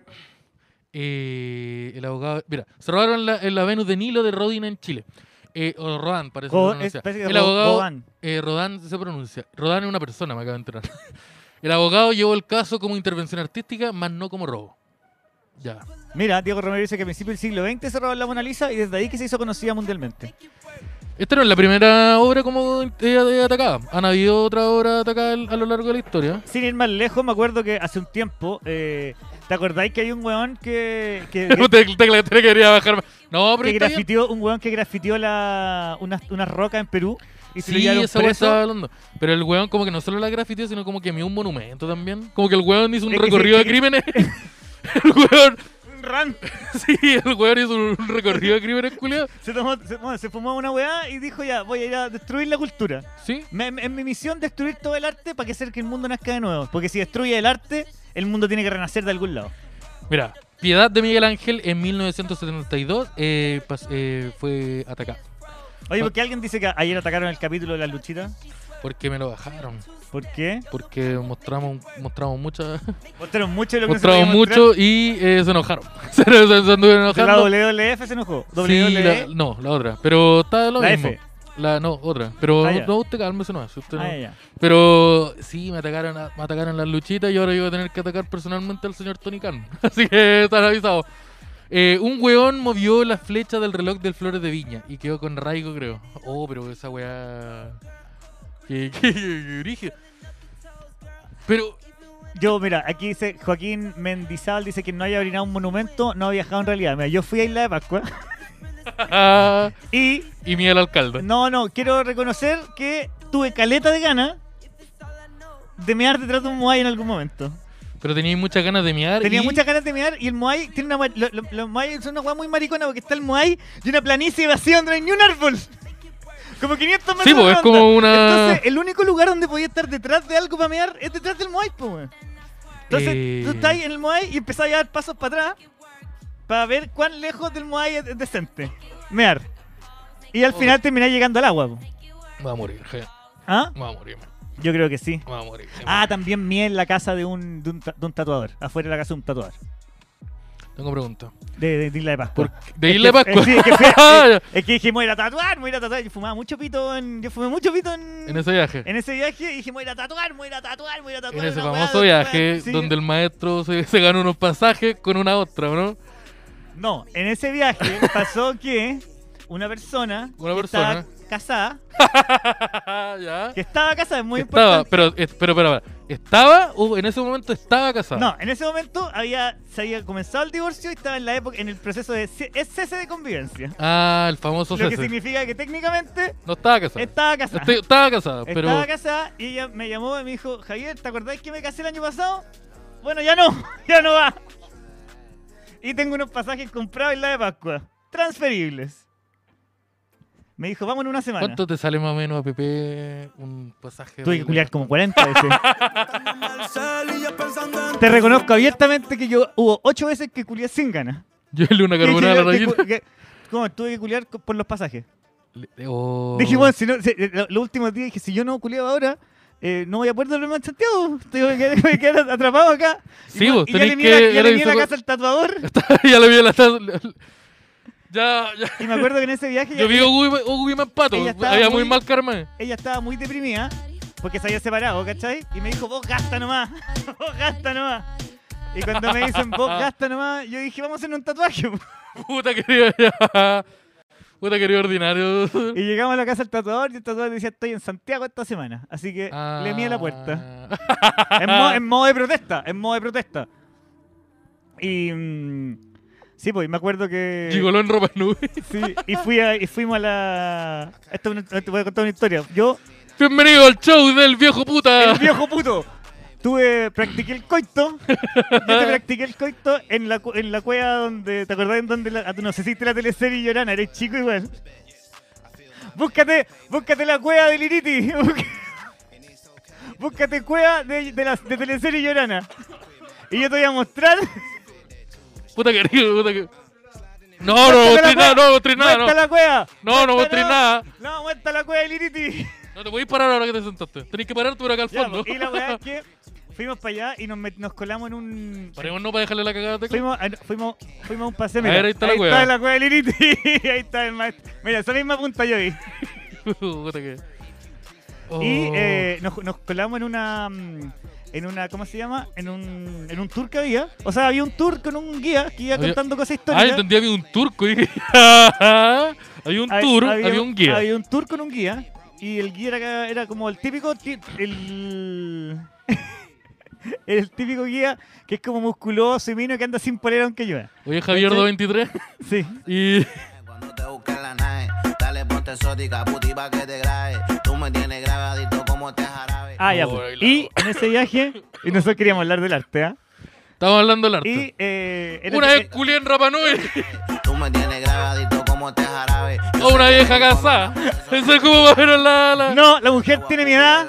A: Eh, el abogado. Mira, se robaron la, en la Venus de Nilo de Rodin en Chile. Eh, o Rodán, parece que se
B: Go- es-
A: pronuncia.
B: parece que
A: El
B: Ro-
A: abogado.
B: Rodán.
A: eh, Rodán se pronuncia. Rodán es una persona, me acabo de enterar. El abogado llevó el caso como intervención artística, más no como robo. Ya.
B: Mira, Diego Romero dice que a principios del siglo XX se robó la Mona Lisa y desde ahí que se hizo conocida mundialmente.
A: Esta no es la primera obra como eh, eh, atacada. Han habido otra obra atacada al- a lo largo de la historia.
B: Sin ir más lejos, me acuerdo que hace un tiempo, eh, ¿te acordáis que hay un weón que,
A: *laughs*
B: que, que-
A: Te- te- te- te quería bajar más. No, pero
B: que
A: está bien.
B: grafiteó, un weón que grafiteó la, unas unas rocas en Perú y se lo
A: Sí,
B: llevaron
A: esa weá
B: preso?
A: estaba hablando. Pero el weón como que no solo la grafiteó, sino como que mió un monumento también. Como que el weón hizo un
B: Es que sí,
A: recorrido de
B: es que-
A: crímenes.
B: *laughs*
A: el weón,
B: Un rant.
A: sí, el weón hizo un recorrido de crímenes, culiao.
B: Se, tomó- se- bueno, se fumó una weá y dijo ya, voy a ir a destruir la cultura.
A: Sí,
B: Me- me- Es mi misión destruir todo el arte para que hacer que el mundo nazca de nuevo. Porque si destruye el arte, el mundo tiene que renacer de algún lado.
A: mira. Piedad de Miguel Ángel en 1972 eh, pas- eh, fue atacada.
B: Oye,
A: Ah.
B: ¿por qué alguien dice que ayer atacaron el capítulo de la luchita?
A: Porque me lo bajaron.
B: ¿Por qué?
A: Porque mostramos, mostramos muchas...
B: Mostraron mucho de lo que no se
A: mostraron
B: podía mostrar.
A: mucho y eh, se enojaron. *laughs* se, se- se anduvieron
B: De La
A: enojando.
B: WWF se enojó.
A: Sí,
B: WWE.
A: la- no, la otra. Pero está lo
B: La
A: mismo.
B: F.
A: La, no, otra. Pero
B: Ah,
A: no,
B: ya.
A: no, usted cálmese nomás, si usted no.
B: Ah, ya, ya.
A: Pero sí, me atacaron, a- me atacaron las luchitas y ahora yo voy a tener que atacar personalmente al señor Tony Khan. *laughs* Así que están avisados. Eh, un weón movió la flecha del reloj del Flores de Viña y quedó con Raigo, creo. Oh, pero esa *laughs* weá. Qué, qué, qué brígido. Pero *laughs*
B: Yo, mira, aquí dice Joaquín Mendizal, dice que no haya orinado un monumento, no ha viajado en realidad. Mira, yo fui a Isla de Pascua y
A: y Miguel Alcalde.
B: no, no, quiero reconocer que tuve caleta de gana de mear detrás de un Moai en algún momento.
A: Pero teníais muchas ganas de miar.
B: Tenía
A: y-
B: muchas ganas de mear y el Moai tiene una. ma- lo- lo- Los Moai son una weá muy maricona porque está el Moai y una planicie vacía donde no hay ni un árbol. Como 500 metros.
A: Sí, pues,
B: de
A: es
B: onda.
A: como una-
B: Entonces, el único lugar donde podía estar detrás de algo para mear es detrás del Moai, pues, weón. Entonces,
A: Eh.
B: tú estás en el Moai y empezás a dar pasos para atrás para ver cuán lejos del Moai es es decente. Mear. Y al final terminás llegando al agua, po.
A: Me va a morir, je.
B: ¿Ah?
A: Me va a morir, me
B: Yo creo que sí.
A: va a morir. je.
B: Ah, también mié en la casa de un, de un, ta- de un tatuador. Afuera de la casa de un tatuador.
A: Tengo pregunta.
B: De, de, de Isla de Pascua.
A: Por- de Ah, Isla de Pascua.
B: Es, que- eh, sí, es que,
A: *laughs*
B: fue- eh, es que dije, me voy a ir a tatuar, me voy a ir a tatuar. Yo fumaba mucho pito en, yo fumé mucho pito en,
A: en ese viaje.
B: en ese viaje y dije, me voy a ir a tatuar, me voy a ir a tatuar, me voy a ir a tatuar.
A: En ese
B: una weá,
A: famoso
B: otra
A: viaje
B: weá. Sí.
A: donde el maestro se, se ganó unos pasajes con una otra,
B: *laughs*
A: ¿no?
B: No, en ese viaje pasó que una persona,
A: Una
B: que
A: persona.
B: estaba casada,
A: ya.
B: Ah, que estaba casada, es muy
A: estaba,
B: importante.
A: pero, es- pero, pero, pero, ¿estaba o en ese momento estaba casada?
B: No, en ese momento había, se había comenzado el divorcio y estaba en la época, en el proceso de ce- es cese de convivencia.
A: Ah, el famoso
B: Lo que
A: César.
B: significa que técnicamente
A: No estaba casada.
B: estaba casada.
A: Este- estaba casada, pero
B: Estaba casada y ella me llamó y me dijo, Javier, ¿te acordás que me casé el año pasado? Bueno, ya no, *laughs* ya no va. Y tengo unos pasajes comprados en la de Pascua, transferibles. Me dijo, vamos en una semana.
A: ¿cuánto te sale más o menos a Pepe un pasaje?
B: Tuve que
A: de-
B: culiar como 40 veces. Te reconozco abiertamente que yo hubo 8 veces que culié sin ganas.
A: Yo el Luna
B: Que-
A: Carbonara a la
B: que-
A: gallina.
B: que- que- ¿Cómo? Tuve que culiar co- por los pasajes.
A: Le- oh.
B: Dije, bueno, si no, si- lo- los últimos días dije, si yo no culiaba ahora, eh, no voy a poder dormir más en Santiago. Tengo que quedar, *laughs* voy a quedar atrapado acá.
A: Sí,
B: y,
A: vos,
B: y ya
A: tenés
B: le vi
A: que-
B: la-
A: ya le
B: ya le vi la
A: hizo-
B: casa al tatuador.
A: *laughs* ya lo vi en la taza. Ya, ya.
B: Y me acuerdo que en ese
A: *laughs*
B: viaje
A: Yo
B: ella,
A: vi a Ubi- Ubi más pato.
B: Ella estaba
A: Había muy
B: muy-
A: mal karma.
B: ella estaba muy deprimida porque se había separado, ¿cachai? Y me dijo, vos gasta nomás, *laughs* vos gasta nomás. Y cuando me dicen, vos gasta nomás, yo dije, vamos a hacer un tatuaje. po".
A: Puta querido. *laughs* ya. Puta querido ordinario.
B: Y llegamos a la casa del tatuador y el tatuador decía, estoy en Santiago esta semana. Así que
A: Ah.
B: le mía la puerta.
A: *laughs*
B: en, mo- en modo de protesta, en modo de protesta. Y. mm, sí, pues, y me acuerdo que.
A: Gigoló en ropa nube. *laughs*
B: Sí, y, fui a- y fuimos a la. Esto, es una- te voy a contar una historia. Yo,
A: Bienvenido al show del viejo puta.
B: el viejo puto, tuve. Practiqué el coito. Yo te practiqué el coito en la, cu- en la cueva donde. ¿Te acordás en donde la, ah, tú nos hiciste la teleserie Llorana? Eres chico igual. Búscate, búscate la cueva del Iriti. Búscate cueva de, de, la, de teleserie Llorana. Y yo te voy a mostrar.
A: Puta querido. Puta que... No,
B: *laughs*
A: no mostré nada, no mostré nada.
B: ¡Muestra
A: No,
B: la cueva!
A: no, no mostré
B: muestra
A: nada.
B: No, muestra la cueva
A: *laughs*
B: del Iriti.
A: No te podéis parar ahora que te sentaste. Tenés que pararte por acá al
B: Ya,
A: fondo.
B: pues, y la weá es que fuimos para allá y nos, met- nos colamos en un.
A: *laughs* Paremos no para dejarle la cagada a Tecla.
B: Fuimos, a- fuimos, fuimos a un paseo.
A: A
B: Mira,
A: ver, ahí está la weá.
B: la cueva del *laughs* Iriti. ahí está el maestro. Mira, esa misma punta yo vi.
A: *laughs* Puta que- Oh.
B: Y eh, nos, nos colamos en una. mm, En una, ¿cómo se llama? En un, en un tour que había. O sea, había un tour con un guía que iba
A: Había-
B: contando cosas
A: Ah,
B: históricas.
A: entendí, había un turco.
B: *laughs*
A: y- había un
B: Hab-
A: tour, había, un guía.
B: Había un tour con un guía. Y el guía era, era como el típico. ti- El, *laughs* el típico guía que es como musculoso y mino que anda sin polera aunque llueva.
A: Oye, Javier
B: ¿Cachai?
A: 223.
B: Sí.
A: Y
C: Cuando te busquen la nave, dale ponte exótica, puti pa' que te grabe. Tú me tienes grabadito como este jarabe.
B: Ah, ya.
A: Oh,
B: pues.
A: ahí la
B: Y en ese viaje, y nosotros queríamos hablar del arte, ¿ah?
A: estamos hablando del arte.
B: Y eh, era-
A: Una vez culié en Rapa Nui
C: Tú me tienes grabadito como este jarabe.
A: a una vieja
B: *laughs*
A: *laughs* casada. Eso es como más o menos la, la-
B: eh, No, la mujer tiene mi edad.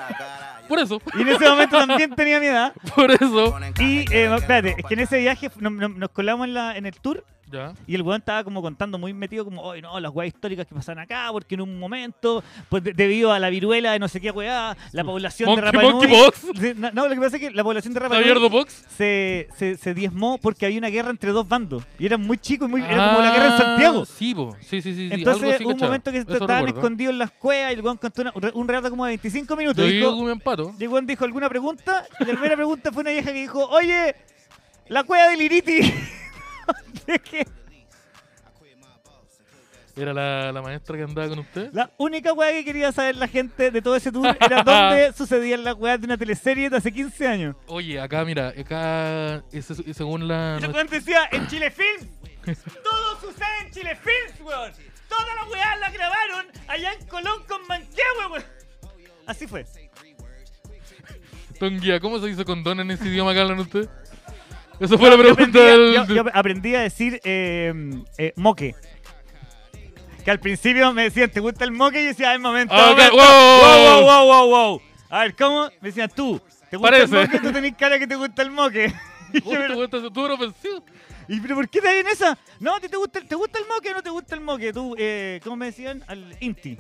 A: Por eso,
B: Y en ese momento también tenía mi edad.
A: por eso.
B: Y,
C: *laughs*
B: eh, espérate, es que en ese viaje nos, nos- nos colamos en, la, en el tour
A: Ya.
B: Y el weón estaba como contando muy metido, como, oye, no, las weas históricas que pasan acá, porque en un momento, pues de- debido a la viruela de no sé qué weá, la población
A: Monkey-
B: de Rapa Nui-
A: Monkey Box.
B: Sí, No, no, lo que pasa es que la población de Rapa Nui
A: Javier Box.
B: se, se, se diezmó porque había una guerra entre dos bandos. Y eran muy chicos, y muy, era como la guerra en Santiago.
A: Ah, Sí, po. sí, sí, sí. sí, algo
B: Entonces,
A: así,
B: hubo un
A: cachaba.
B: momento que
A: Eso
B: estaban
A: recuerdo.
B: escondidos en las cuevas y el weón contó una- un rato como de 25
A: Yo
B: minutos.
A: digo
B: Dijo,
A: como un pato.
B: y el weón dijo alguna pregunta. Y la primera pregunta fue una vieja que dijo, oye, la cueva del Iriti. ¿De qué?
A: Era la, la maestra que andaba con usted.
B: *laughs* La única weá que quería saber la gente de todo ese tour
A: *laughs*
B: era dónde sucedían las weas de una teleserie de hace 15 años.
A: Oye, acá, mira, acá, ese- según la.
B: Y los weones decían, en
A: *laughs*
B: Chile Films. Todo sucede en Chile Films, weón. Todas las weas las grabaron allá en Colón con Manquehue, weón. Así fue.
A: Tonguía, ¿cómo se dice condón en ese idioma que hablan ustedes? Eso fue la pregunta
B: yo
A: del.
B: aprendí, a-
A: *laughs*
B: yo- yo aprendí a decir eh, eh, moque. Que al principio me decían, ¿te gusta el moque? Y yo decía, ay, momento.
A: Ah, ok,
B: momento.
A: wow.
B: wow, wow, wow, wow. A ver, ¿cómo? Me decían, tú, ¿te gusta
A: Parece.
B: el moque? Tú tenés cara que te gusta el moque. *laughs* Y yo,
A: Puta,
B: pero,
A: weón, estás- tú eres ofensivo.
B: ¿y pero por qué te en esa? No, ¿te, te, gusta, el- ¿te gusta el moque o no te gusta el moque? Tú, eh, ¿cómo me decían? Al Inti.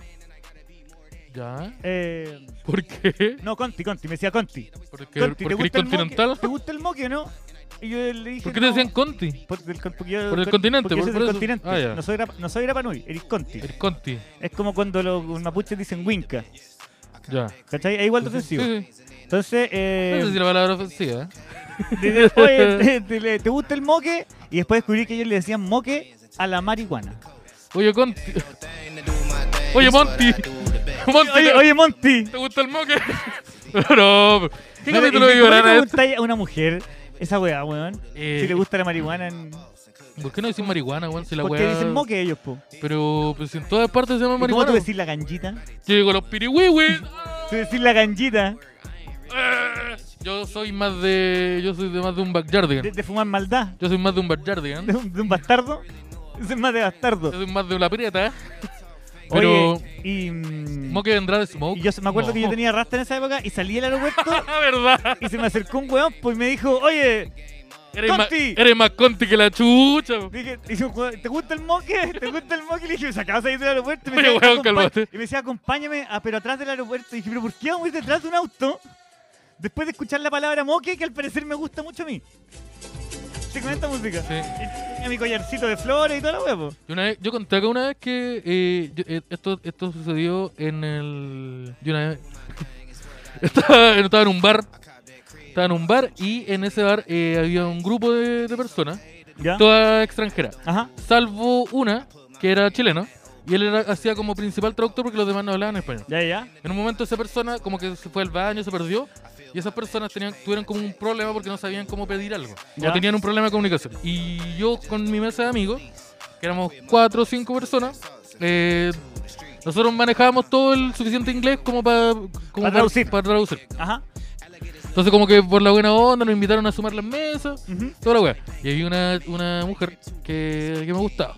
A: ¿Ya?
B: Eh,
A: ¿Por qué?
B: no, Conti, Conti. Me decía Conti.
A: Porque, porque
B: Conti,
A: eres continental.
B: moque? ¿Te gusta el moque o no? Y yo le dije,
A: ¿Por qué te decían
B: no.
A: Conti?
B: Por, del con- porque yo-
A: Por el
B: con-
A: continente,
B: porque
A: por-
B: yo soy
A: por
B: del
A: eso.
B: continente.
A: Ah, ya.
B: no, soy, Rapa- no soy Rapanui, eres Conti.
A: El Conti.
B: Es como cuando los mapuches dicen Winca.
A: Ya.
B: ¿Cachai? Es igual de
A: Sí,
B: ofensivo.
A: sí.
B: Entonces,
A: No sé si
B: eh,
A: la palabra ofensiva. ¿eh?
B: dices, oye, te, te- le- ¿te gusta el moque? Y después descubrí que ellos le decían moque a la marihuana.
A: Oye, *laughs* Conti. Oye, Monty. Monty,
B: Oye, oye Monty.
A: ¿te gusta el *laughs* moque? no, no. ¿Qué
B: ¿no te-
A: capítulo de
B: ¿cómo le
A: llorar a esto?
B: preguntáis a una mujer esa weá, weón?
A: Eh.
B: Si le gusta la marihuana, en-
A: ¿Por qué no dicen marihuana, weón? Si la
B: porque
A: weá-
B: dicen moque ellos, po.
A: Pero pues, en todas partes se llama
B: ¿Y ¿Cómo tú
A: marihuana.
B: decís la ganjita?
A: Yo digo los pirihuihuis.
B: Tú decís la ganjita
A: Ah, Yo soy más de. Yo soy de más de un
B: de,
A: backyardigan.
B: de fumar maldad.
A: Yo soy más de un backyardigan.
B: de
A: Yo
B: un, de un bastardo. Ese es más de bastardo.
A: soy más de una prieta. Pero.
B: Oye, y, mm,
A: ¿Cómo que vendrá de Smoke?
B: y yo se- me acuerdo
A: No.
B: que yo tenía rasta en esa época y salí del aeropuerto
A: La verdad.
B: y se me acercó un weón pues, y me dijo, oye,
A: Eres más,
B: Conti.
A: eres más Conti que la chucha. po.
B: dije, dije, "Weón, ¿te gusta el moque? ¿Te gusta el moque? Y le dije, se acaba de salir del aeropuerto. Y me,
A: Oye,
B: decía,
A: weón,
B: "Acompa-
A: cálmate".
B: y me decía, acompáñame, a- pero atrás del aeropuerto. Y dije, pero ¿por qué vamos a ir detrás de un auto después de escuchar la palabra moque que al parecer me gusta mucho a mí? Sí, con esta música.
A: Sí.
B: Y tenía mi collarcito de flores y toda la pues. wea, po.
A: Yo, una vez- yo conté acá una vez que eh, yo- eh, esto, esto sucedió en el. Yo una vez. *laughs* estaba, estaba en un bar. Estaba en un bar y en ese bar eh, había un grupo de, de personas,
B: ¿Ya?
A: todas extranjeras.
B: Ajá.
A: Salvo una, que era chilena, y él era- hacía como principal traductor porque los demás no hablaban español.
B: Ya, ya.
A: En un momento esa persona como que se fue al baño, se perdió. Y esas personas tenían, tuvieron como un problema porque no sabían cómo pedir algo.
B: Ya.
A: O tenían un problema de comunicación. Y yo con mi mesa de amigos, que éramos cuatro o cinco personas, eh, nosotros manejábamos todo el suficiente inglés como para
B: Pa traducir.
A: Para traducir.
B: Ajá.
A: Entonces como que por la buena onda nos invitaron a sumar las mesas,
B: Ujú.
A: toda la weá. Y había una, una mujer que, que me gustaba,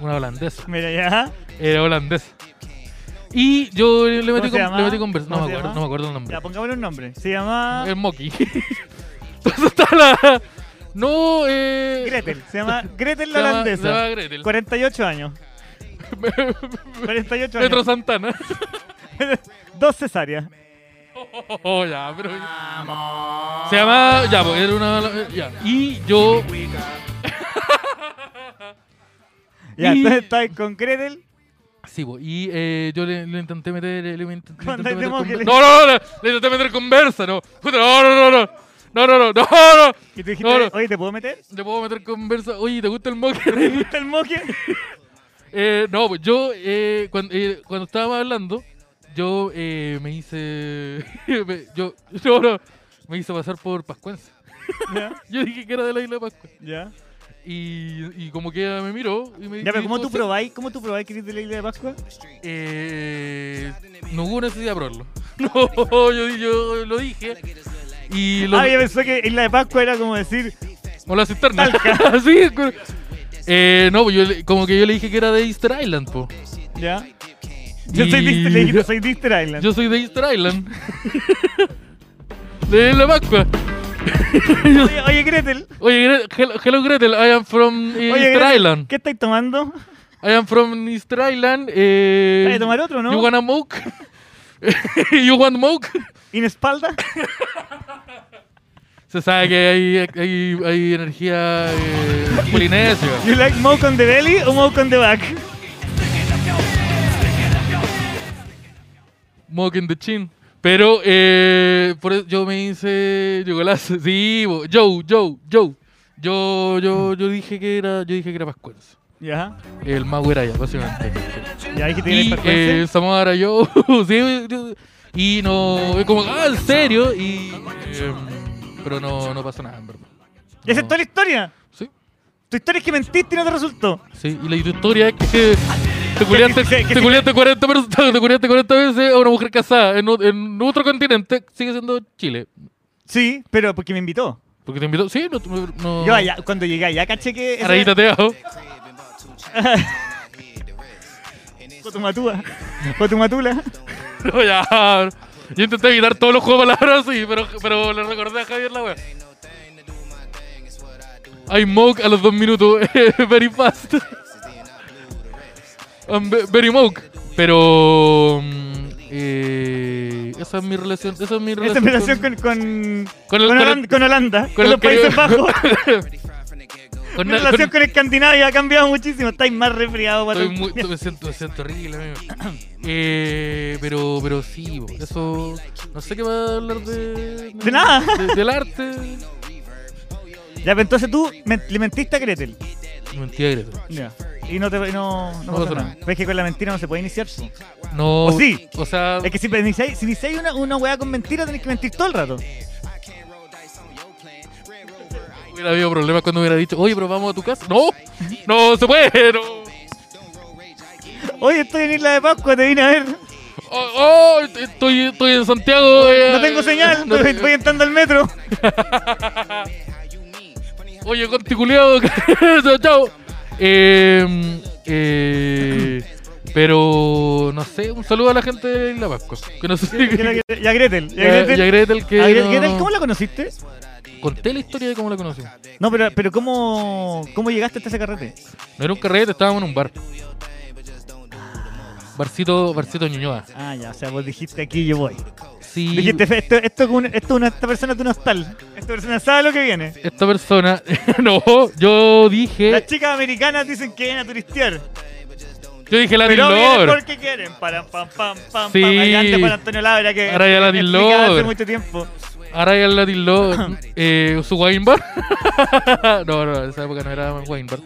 A: una holandesa.
B: Mira, ya.
A: Era holandesa. Y yo le metí,
B: se
A: con,
B: llama?
A: le metí conversa. No
B: ¿Cómo
A: me
B: se
A: acuerdo,
B: llama?
A: no me acuerdo el nombre.
B: Ya, pongámosle un nombre. Se llama
A: El Moki. *laughs* Entonces está la. No, eh.
B: Gretel. Se llama
A: *laughs*
B: Gretel
A: Se
B: la
A: llama- se
B: holandesa.
A: llama Gretel. *laughs*
B: 48 años. 48
A: Metro
B: años.
A: Santana. *laughs*
B: *laughs* Dos cesáreas.
A: Oh, oh, ya, pero. Se llama. Ya, porque era una. Ya. Y yo.
B: Ya,
A: Y-
B: entonces estáis con Gretel.
A: Sí, po, y eh, yo le, le intenté meter. Le, le intent- le intenté
B: Cuando hay
A: meter
B: demo que
A: conver-
B: le-
A: No, no, no, no, le intenté meter conversa, no. Puta, No, no, no, no. No, no, *laughs* no, no, no.
B: Y tú dijiste,
A: No, no.
B: oye, ¿te puedo meter? *laughs*
A: Le puedo meter conversa. Oye, ¿te gusta el moque?
B: ¿Te gusta el moque?
A: *laughs* Eh, no, pues yo eh, cuando, eh, cuando estábamos hablando, yo eh, me hice. *laughs* me- yo, no, no, me hice pasar por Pascuense. *laughs*
B: Ya,
A: Yo dije que era de la isla de Pascua.
B: ya.
A: Y, y como que ella me miró y me
B: Ya, pero
A: y
B: ¿cómo tú
A: entonces,
B: probáis? ¿Cómo tú probáis que eres de la isla de Pascua?
A: eh, No hubo necesidad de probarlo. *laughs* No, yo, yo lo dije. Y lo.
B: Ah, yo pensé que isla de Pascua era como decir,
A: o la cisterna. *laughs* sí, cu- eh, no, pues yo le- como que yo le dije que era de Easter Island, po.
B: ya. Yo soy
A: Y-
B: Dister, le dijiste, soy Dister Island.
A: Yo soy de Easter Island. *laughs* de la Pascua. Yo-
B: Oye, oye, Gretel.
A: Oye, Gre- hello, hello, Gretel, I am from eh,
B: Oye,
A: Easter
B: Gretel,
A: Island.
B: ¿Qué estáis tomando?
A: I am from Easter Island. Eh,
B: Vaya a tomar otro, ¿no?
A: You wanna moke? *laughs* you want moke?
B: ¿In espalda? *laughs*
A: Se sabe que hay, hay, hay energía eh,
B: *laughs*
A: polinesia.
B: You like moke on the belly o moke on the back?
A: Moke in the chin. Pero eh, por eso yo me hice *laughs* yugolazo. Sí, bo- Joe, Joe, Joe. Yo, yo, yo dije que era, yo dije que era pascuense.
B: Ya.
A: El mago era ya, básicamente.
B: Y ahí que tiene
A: Y
B: frecuencia.
A: eh, Samoa Joe, *laughs* sí, yo- y no, es como, ah, en serio, y, eh, pero no, no pasó nada, en verdad.
B: Y esa es
A: No.
B: toda la historia.
A: Sí,
B: Tu historia es que mentiste y no te resultó.
A: sí, y la historia es que te
B: *laughs*
A: culiaste,
B: que- que-
A: te culiaste 40 personas, *laughs* te culiaste 40 veces a una mujer casada en, o- en otro continente, sigue siendo Chile.
B: Sí, pero porque me invitó.
A: Porque te invitó, sí, no, no
B: Yo allá, cuando llegué allá, caché que. esa-
A: Araíta te ajo.
B: *laughs* Cotumatúa. Cotumatula.
A: *laughs* No, ya. Yo intenté evitar todos los juegos de palabras, sí, pero, pero le recordé a Javier la wea. I moke a los dos minutos. *laughs* eh, very fast. I'm ve- very moke. Pero. mm, eh, esa es mi relación. Esa es mi
B: Esa
A: relación.
B: relación con. Con,
A: con el-
B: con
A: con el-
B: Holanda. Con, Holanda, con
A: el
B: los
A: *laughs*
B: Países
A: Caribe.
B: Bajos.
A: con-
B: Mi relación
A: con-
B: con Escandinavia ha cambiado muchísimo. Estáis más resfriados. para
A: Estoy muy, me, siento, me siento horrible, amigo.
B: *coughs*
A: Eh, pero, pero sí, bo, eso. No sé qué va a hablar de.
B: De nada.
A: de- del arte.
B: Ya, pero entonces tú men- le mentiste a Gretel.
A: Mentira, Greta.
B: Ya. Y no te. No, no, pasa
A: pasó
B: nada.
A: nada.
B: Pero es que con la mentira no se puede iniciar. po.
A: No.
B: ¿O sí?
A: O sea.
B: Es que si iniciáis, si iniciáis una, una weá con mentira, tenéis que mentir todo el rato.
A: Hubiera habido problemas cuando hubiera dicho, oye, pero vamos a tu casa. No, no se puede. No.
B: Oye, estoy en Isla de Pascua, te vine a ver.
A: Oh, oh, estoy, estoy en Santiago. eh,
B: No tengo señal,
A: *laughs* no
B: voy,
A: te-
B: voy entrando al metro.
A: Oye, conticuleado. *laughs* Chao. Eh, eh, pero, no sé, un saludo a la gente de La Pascua. Que no sé si...
B: Y a la- y a Gretel. Y a
A: Ya-
B: Gretel.
A: ya Gretel que
B: a Gretel,
A: no-
B: Gretel, ¿Cómo la conociste?
A: Conté la historia de cómo la conocí.
B: No, pero, pero ¿cómo, ¿cómo llegaste hasta ese carrete?
A: No era un carrete, estábamos en un bar. Barcito, barcito Ñuñoa.
B: Ah, ya, o sea, vos dijiste aquí yo voy.
A: Sí.
B: Dijiste, "Fe, esto, esto, es un- esto es una, esta persona es un hostal. Esta persona sabe lo que viene.
A: Esta persona, *laughs* no, yo dije,
B: Las chicas americanas dicen que vienen a turistear.
A: yo dije Latin
B: Pero vienen
A: Lover.
B: porque quieren. Para, pam, pam, pam,
A: Sí.
B: pam. Allá antes para Antonio Labra que
A: Ahora ya la
B: que
A: Latin
B: explicaba hace
A: Lover.
B: mucho tiempo.
A: Ahora ya el Latin Lover, eh, su wine bar. *laughs* no, no, en esa época no era wine bar.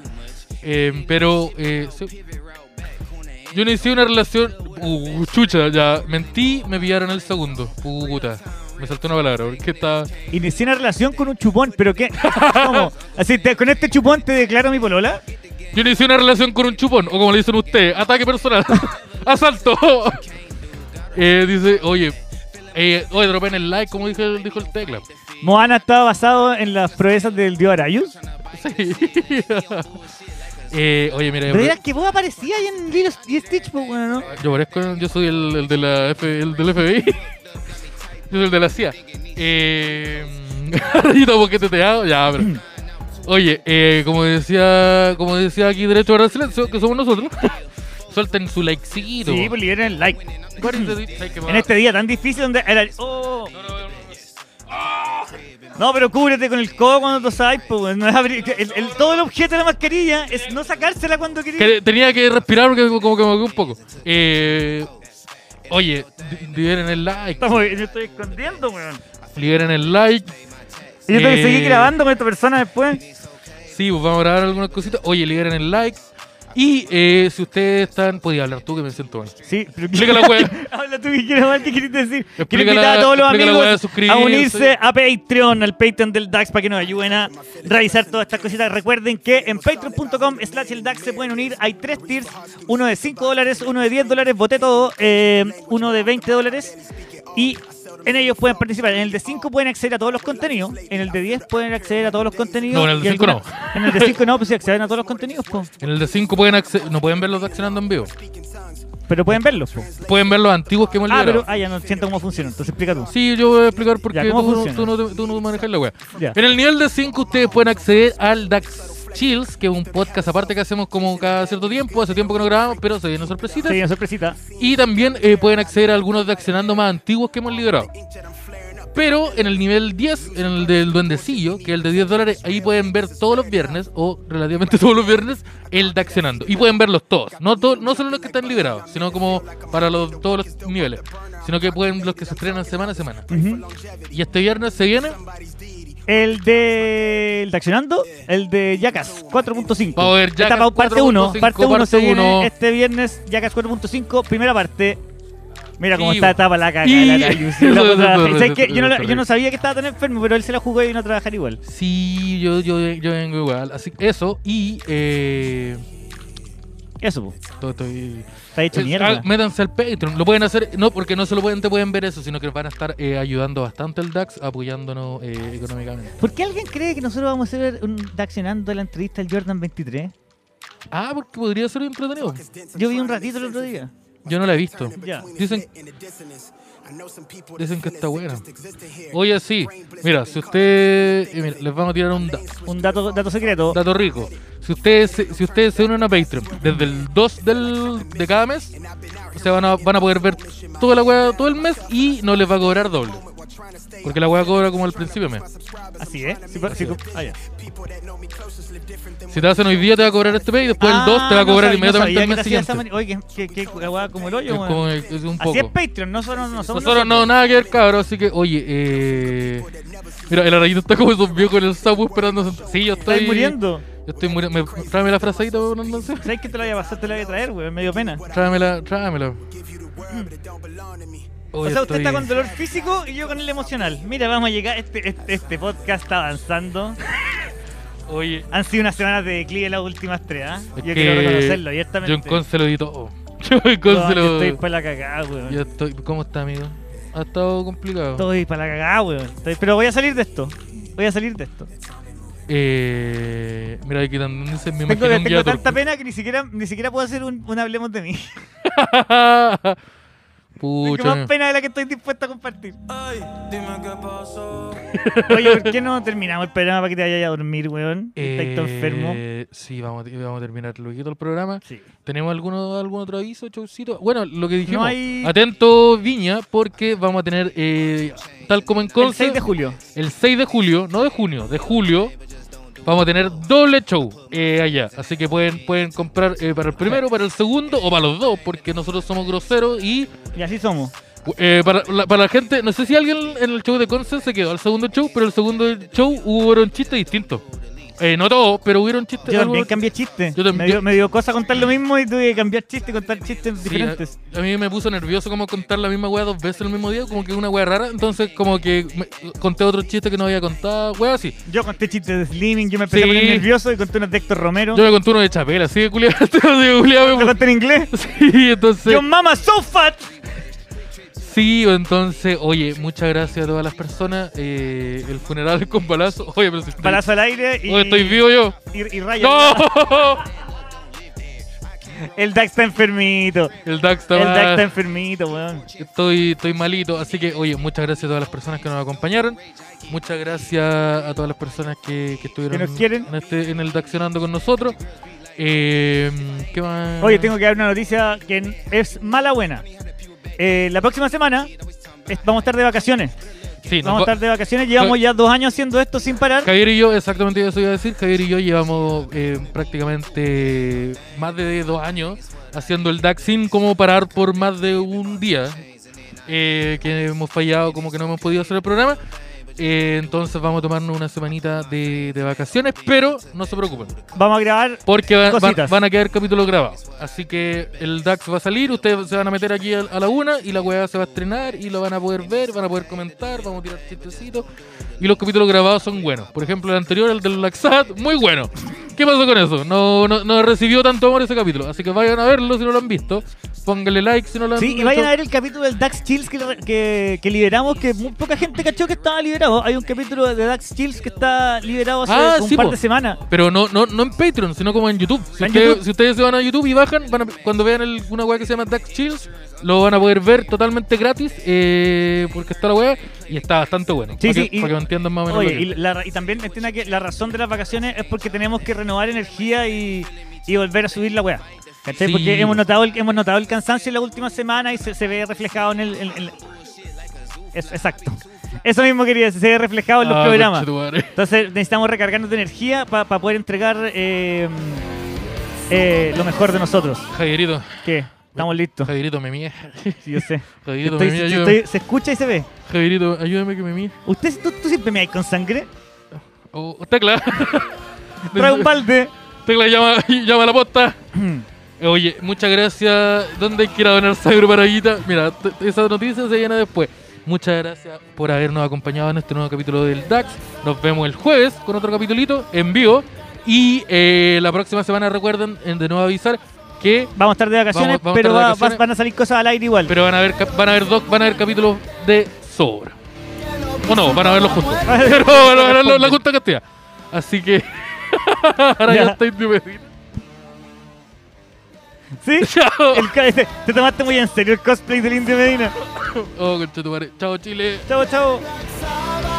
A: Eh, pero, eh, sí. yo inicié una relación, uh, chucha, ya, mentí, me pillaron el segundo. Puta, me saltó una palabra, porque estaba...
B: Inicié una relación con un chupón, pero ¿qué? *laughs* ¿Cómo? Así, te- con este chupón te declaro mi polola.
A: Yo inicié una relación con un chupón, o como le dicen ustedes, ataque personal, *laughs* asalto. *laughs* Eh, dice, oye, eh, oye, dropen el like, como dijo el, dijo el tecla. *laughs*
B: Moana estaba basado en las proezas del dios Arayus.
A: Sí. *laughs* eh, oye, mira, yo,
B: Pero era que vos aparecías ahí en Lilo y Stitch, pues, bueno, ¿no?
A: yo parezco- yo soy el, el de la F- el del FBI. *laughs* yo soy el de la CIA. Eh, *laughs* rayito boqueteteado, ya, pero. *clears throat* Oye, eh, como decía, como decía aquí Derecho al Silencio, que somos nosotros, *laughs* suelten su likecito.
B: Sí, pues liberen el like. En
A: En
B: este día tan difícil donde era... ¡Oh! No, pero cúbrete con el codo cuando tosáis, pues, bueno, no es abrir- el, el- todo el objeto de la mascarilla es no sacársela cuando queréis.
A: Que tenía que respirar porque como que me ahogué un poco. Eh, oye, di- liberen el like.
B: Estamos, yo estoy escondiendo, weón.
A: Liberen el like.
B: Y yo tengo que
A: Eh.
B: seguir grabando con esta persona después.
A: Sí, pues vamos a grabar algunas cositas. Oye, liberen el like. Y eh, si ustedes están... Podía hablar tú que me siento mal.
B: Sí, pero
A: Explica la weá.
B: *laughs* Habla tú que quieres ver qué querés decir. Quiero
A: Explica
B: invitar
A: la-
B: a todos los
A: explica la
B: amigos
A: weá de suscribirse.
B: a unirse a Patreon, al Patreon del DAX, para que nos ayuden a realizar todas estas cositas. Recuerden que en patreon.com slash el DAX se pueden unir. Hay tres tiers, uno de 5 dólares, uno de 10 dólares, boté todo, eh, uno de 20 dólares y... En ellos pueden participar. En el de 5 pueden acceder a todos los contenidos. En el de 10 pueden acceder a todos los contenidos.
A: No, en el de
B: y
A: cinco no.
B: alguna- En el de 5 no, pues sí, acceden a todos los contenidos, po.
A: En el de 5 pueden acce- no pueden verlos accionando en vivo.
B: Pero pueden verlos, po.
A: Pueden ver los antiguos que hemos
B: Ah,
A: liberado.
B: pero ah, ya no siento cómo funciona. Entonces explica tú.
A: Sí, yo voy a explicar por
B: Ya,
A: qué
B: ¿cómo
A: tú,
B: funciona?
A: tú no, te- tú no manejas la wea.
B: Ya.
A: En el nivel de 5 ustedes pueden acceder al DAX Chills, que es un podcast aparte que hacemos como cada cierto tiempo. Hace tiempo que no grabamos, pero se vienen sorpresitas.
B: Sí, una sorpresita.
A: Y también eh, pueden acceder a algunos de accionando más antiguos que hemos liberado. Pero en el nivel 10, en el del duendecillo, que es el de 10 dólares, ahí pueden ver todos los viernes, o relativamente *laughs* todos los viernes, el de accionando. Y pueden verlos todos. No, to- no solo los que están liberados, sino como para los, todos los niveles. Sino que pueden los que se estrenan semana a semana. Y este viernes se viene
B: El de. El de Accionando, el de Jackass 4.5.
A: Vamos a ver,
B: Esta
A: Jackass
B: pa- parte 1.
A: 4.5,
B: Parte 1 se
A: parte
B: viene
A: uno.
B: este viernes, Jackass 4.5, primera parte. Mira cómo
A: Y-
B: está tapa la caga.
A: y-
B: la- la- yo
A: *laughs*
B: sí la
A: Eso,
B: puedo
A: eso,
B: trabajar.
A: eso,
B: ¿Sabes
A: eso,
B: qué? Yo no la-
A: eso,
B: yo no sabía que estaba tan enfermo, pero él se la jugó y vino a trabajar igual.
A: Sí, yo, yo, yo vengo igual. Así que eso, y eh,
B: Eso, po.
A: todo estoy-
B: Está hecho
A: Eh,
B: mierda.
A: ah, métanse al Patreon. Lo pueden hacer, no porque no solamente pueden ver eso, sino que van a estar eh, ayudando bastante al DAX, apoyándonos eh, económicamente.
B: ¿Por qué alguien cree que nosotros vamos a hacer un de Accionando la entrevista al Jordan 23?
A: Ah, porque podría ser entretenido.
B: Yo vi un ratito el otro día.
A: Yo no la he visto.
B: Ya.
A: Dicen, dicen que está buena. Oye, sí. Mira, si usted... eh, mira, les vamos a tirar un dato.
B: Un dato, dato secreto.
A: Dato rico. Si ustedes, se- si ustedes se unen a Patreon desde el 2 del, de cada mes, se van a, van a poder ver toda la weá todo el mes y no les va a cobrar doble. Porque la weá cobra como al principio del mes.
B: Así, ¿eh? Sí, pa- sí,
A: Así.
B: ah, ya.
A: Si te hacen hoy día, te va a cobrar este mes y después el 2 te va a
B: Ah, no
A: cobrar
B: sabía-
A: inmediatamente
B: no
A: el
B: sabía
A: mes
B: que te hacía
A: siguiente.
B: esa mani- Oye, que, que, que hueá como el
A: Es
B: hoyo,
A: como
B: weón.
A: que es un
B: Así es
A: poco.
B: Patreon, no solo no somos
A: Nosotros no, nada que ver, cabrón. Así que, oye, eh. Mira, el arayito está como esos viejos en el sapo esperando. sent- Sí, yo estoy.
B: Estás muriendo.
A: Yo estoy muriendo. Me- Tráeme la fraseita, weón, no sé.
B: ¿Sabes que te la voy a pasar? Te la voy a traer, weón. Me dio pena.
A: Tráemela, tráemela.
B: O
A: Oye,
B: sea, usted
A: estoy-
B: está con dolor físico y yo con el emocional. Mira, vamos a llegar. Este, este, este podcast está avanzando.
A: Oye,
B: Han sido unas semanas de declive las últimas tres, ¿ah?
A: Es
B: Yo quiero
A: que
B: reconocerlo abiertamente.
A: John Con se lo *laughs* editó. John Con
B: No,
A: se
B: yo
A: lo.
B: estoy para la cagada, weón.
A: Yo estoy. ¿Cómo está, amigo? Ha estado complicado.
B: Estoy para la cagada, weón. Estoy- Pero voy a salir de esto. Voy a salir de esto.
A: Eh. Mira, aquí también se me
B: Tengo,
A: imagino un
B: tengo
A: guía
B: tanta
A: turco. *laughs*
B: pena que ni siquiera, ni siquiera puedo hacer un, un hablemos de mí. Tengo
A: Pucha.
B: más pena de la que estoy dispuesta a compartir.
D: Ay, dime qué pasó.
B: Oye, ¿por qué no terminamos el programa para que te vayas a dormir, weón? Estás todo
A: Eh,
B: enfermo.
A: Sí, vamos, a- vamos a terminar luego el programa.
B: Sí.
A: ¿Tenemos alguno, algún otro aviso, showcito? Bueno, lo que dijimos.
B: No hay-
A: Atento, Viña, porque vamos a tener, eh, tal como en
B: El
A: Conce,
B: 6 de julio.
A: el 6 de julio, no de junio, de julio, vamos a tener doble show eh, allá. Así que pueden, pueden comprar eh, para el primero, para el segundo o para los dos, porque nosotros somos groseros y
B: Y así somos.
A: eh, para, la, para la gente, no sé si alguien en el show de Conce se quedó al segundo show, pero el segundo show hubo un chiste distinto. Eh, no todos, pero hubieron chistes.
B: Yo también
A: algo-
B: cambié chiste.
A: Yo también-
B: me, dio, me dio cosa contar lo mismo y tuve que cambiar chiste y contar chistes
A: Sí,
B: diferentes.
A: a, a mí me puso nervioso como contar la misma weá dos veces el mismo día, como que una weá rara. Entonces, como que me- conté otro chiste que no había contado, weá así.
B: Yo conté chistes de Slimming, yo me empecé a
A: Sí.
B: poner nervioso y conté unos de Héctor Romero.
A: Yo le conté uno de Chapela, así que culiado, *laughs* así que culiado
B: ¿Lo
A: me
B: conté en inglés?
A: Sí, entonces.
B: Yo mama so fat.
A: Sí, entonces, oye, muchas gracias a todas las personas. eh, el funeral con balazo. Oye, pero si estoy,
B: Balazo al aire y,
A: oye, estoy vivo yo.
B: y, y raya.
A: *laughs* ¡No!
B: El Dax está enfermito.
A: El DAX está
B: El
A: mal.
B: Dax está enfermito, weón.
A: Estoy, estoy malito, así que oye, muchas gracias a todas las personas que nos acompañaron. Muchas gracias a todas las personas que, que estuvieron
B: Que nos quieren.
A: En, este- en el Daccionando con nosotros. Eh, ¿Qué más?
B: Oye, tengo que dar una noticia que es mala buena. Eh, la próxima semana es- vamos a estar de vacaciones.
A: Sí,
B: Vamos a
A: nos va-
B: estar de vacaciones. Llevamos ya dos años haciendo esto sin parar.
A: Javier y yo, exactamente eso iba a decir. Javier y yo llevamos eh, prácticamente más de dos años haciendo el DAX sin como parar por más de un día. eh, que hemos fallado, como que no hemos podido hacer el programa. Eh, entonces vamos a tomarnos una semanita de, de vacaciones, pero no se preocupen,
B: Vamos a grabar.
A: porque va- va-
B: Cositas.
A: van a quedar capítulos grabados. Así que el DAX va a salir, ustedes se van a meter aquí a, a la una y la weá se va a estrenar y lo van a poder ver, van a poder comentar, vamos a tirar chistecitos. Y los capítulos grabados son buenos. Por ejemplo, el anterior, el del Laxat, muy bueno. ¿Qué pasó con eso? No, no, no recibió tanto amor ese capítulo. Así que vayan a verlo si no lo han visto. Pónganle like si no lo han
B: Sí,
A: visto.
B: y vayan a ver el capítulo del Dax Chills que, que, que liberamos, que muy poca gente cachó que estaba liberado. Hay un capítulo de Dax Chills que está liberado hace
A: Ah,
B: un
A: sí,
B: par
A: po.
B: de semanas.
A: Pero no, no, no en Patreon, sino como en YouTube. Si,
B: En
A: ustedes-
B: YouTube.
A: si ustedes se van a YouTube y bajan, van a- cuando vean el- una weá que se llama Dax Chills, lo van a poder ver totalmente gratis, eh, porque está la weá y está bastante bueno.
B: Sí,
A: para
B: sí,
A: que,
B: y-
A: pa' que me entiendan más o menos. lo
B: Oye,
A: que-
B: y, la ra- y también entienda que la razón de las vacaciones es porque tenemos que renovar energía y, y volver a subir la weá. ¿Cachai?
A: Sí.
B: Porque hemos notado, el, hemos notado el cansancio en la última semana y se, se ve reflejado en el. en- en- Es- exacto. Eso mismo quería decir, se ve reflejado en los
A: Ah,
B: programas.
A: conchetumare.
B: Entonces necesitamos recargarnos de energía para poder entregar eh, eh, lo mejor de nosotros.
A: Javierito,
B: ¿Qué? Estamos listos.
A: Javierito, me mía.
B: *laughs* Sí, yo sé.
A: Javierito,
B: Estoy-
A: me mía,
B: estoy-
A: ayúdame.
B: se escucha y se ve.
A: Javierito, ayúdame que me mía.
B: ¿Usted, tú, tú siempre me hay con sangre?
A: Oh, tecla. *laughs*
B: Trae *laughs* un *clears throat* balde.
A: Tecla llama, *laughs* llama a la posta. Eh, Oye, muchas gracias. ¿Dónde quiera donar sangre para Guita? Mira, t- esa noticia se llena después. Muchas gracias por habernos acompañado en este nuevo capítulo del DAX. Nos vemos el jueves con otro capitulito en vivo. Y eh, la próxima semana recuerden en de nuevo avisar que...
B: Vamos a estar de vacaciones,
A: Vamos- vamos a
B: pero
A: estar de
B: va- va-
A: vacaciones.
B: van a salir cosas al aire igual.
A: Pero van a haber, cap- van a haber dos, van a haber capítulos de sobra. O no, van a verlos juntos. Pero van a ver la justa cantidad. Así que... *laughs* ahora ya,
B: Ya.
A: estáis de medida. *laughs*
B: ¿Sí?
A: Chao.
B: El ca- *laughs* te tomaste muy en serio el cosplay del Indio Medina.
A: Oh, conchetumare. Chao, Chile.
B: Chao, chao.
E: Sábado.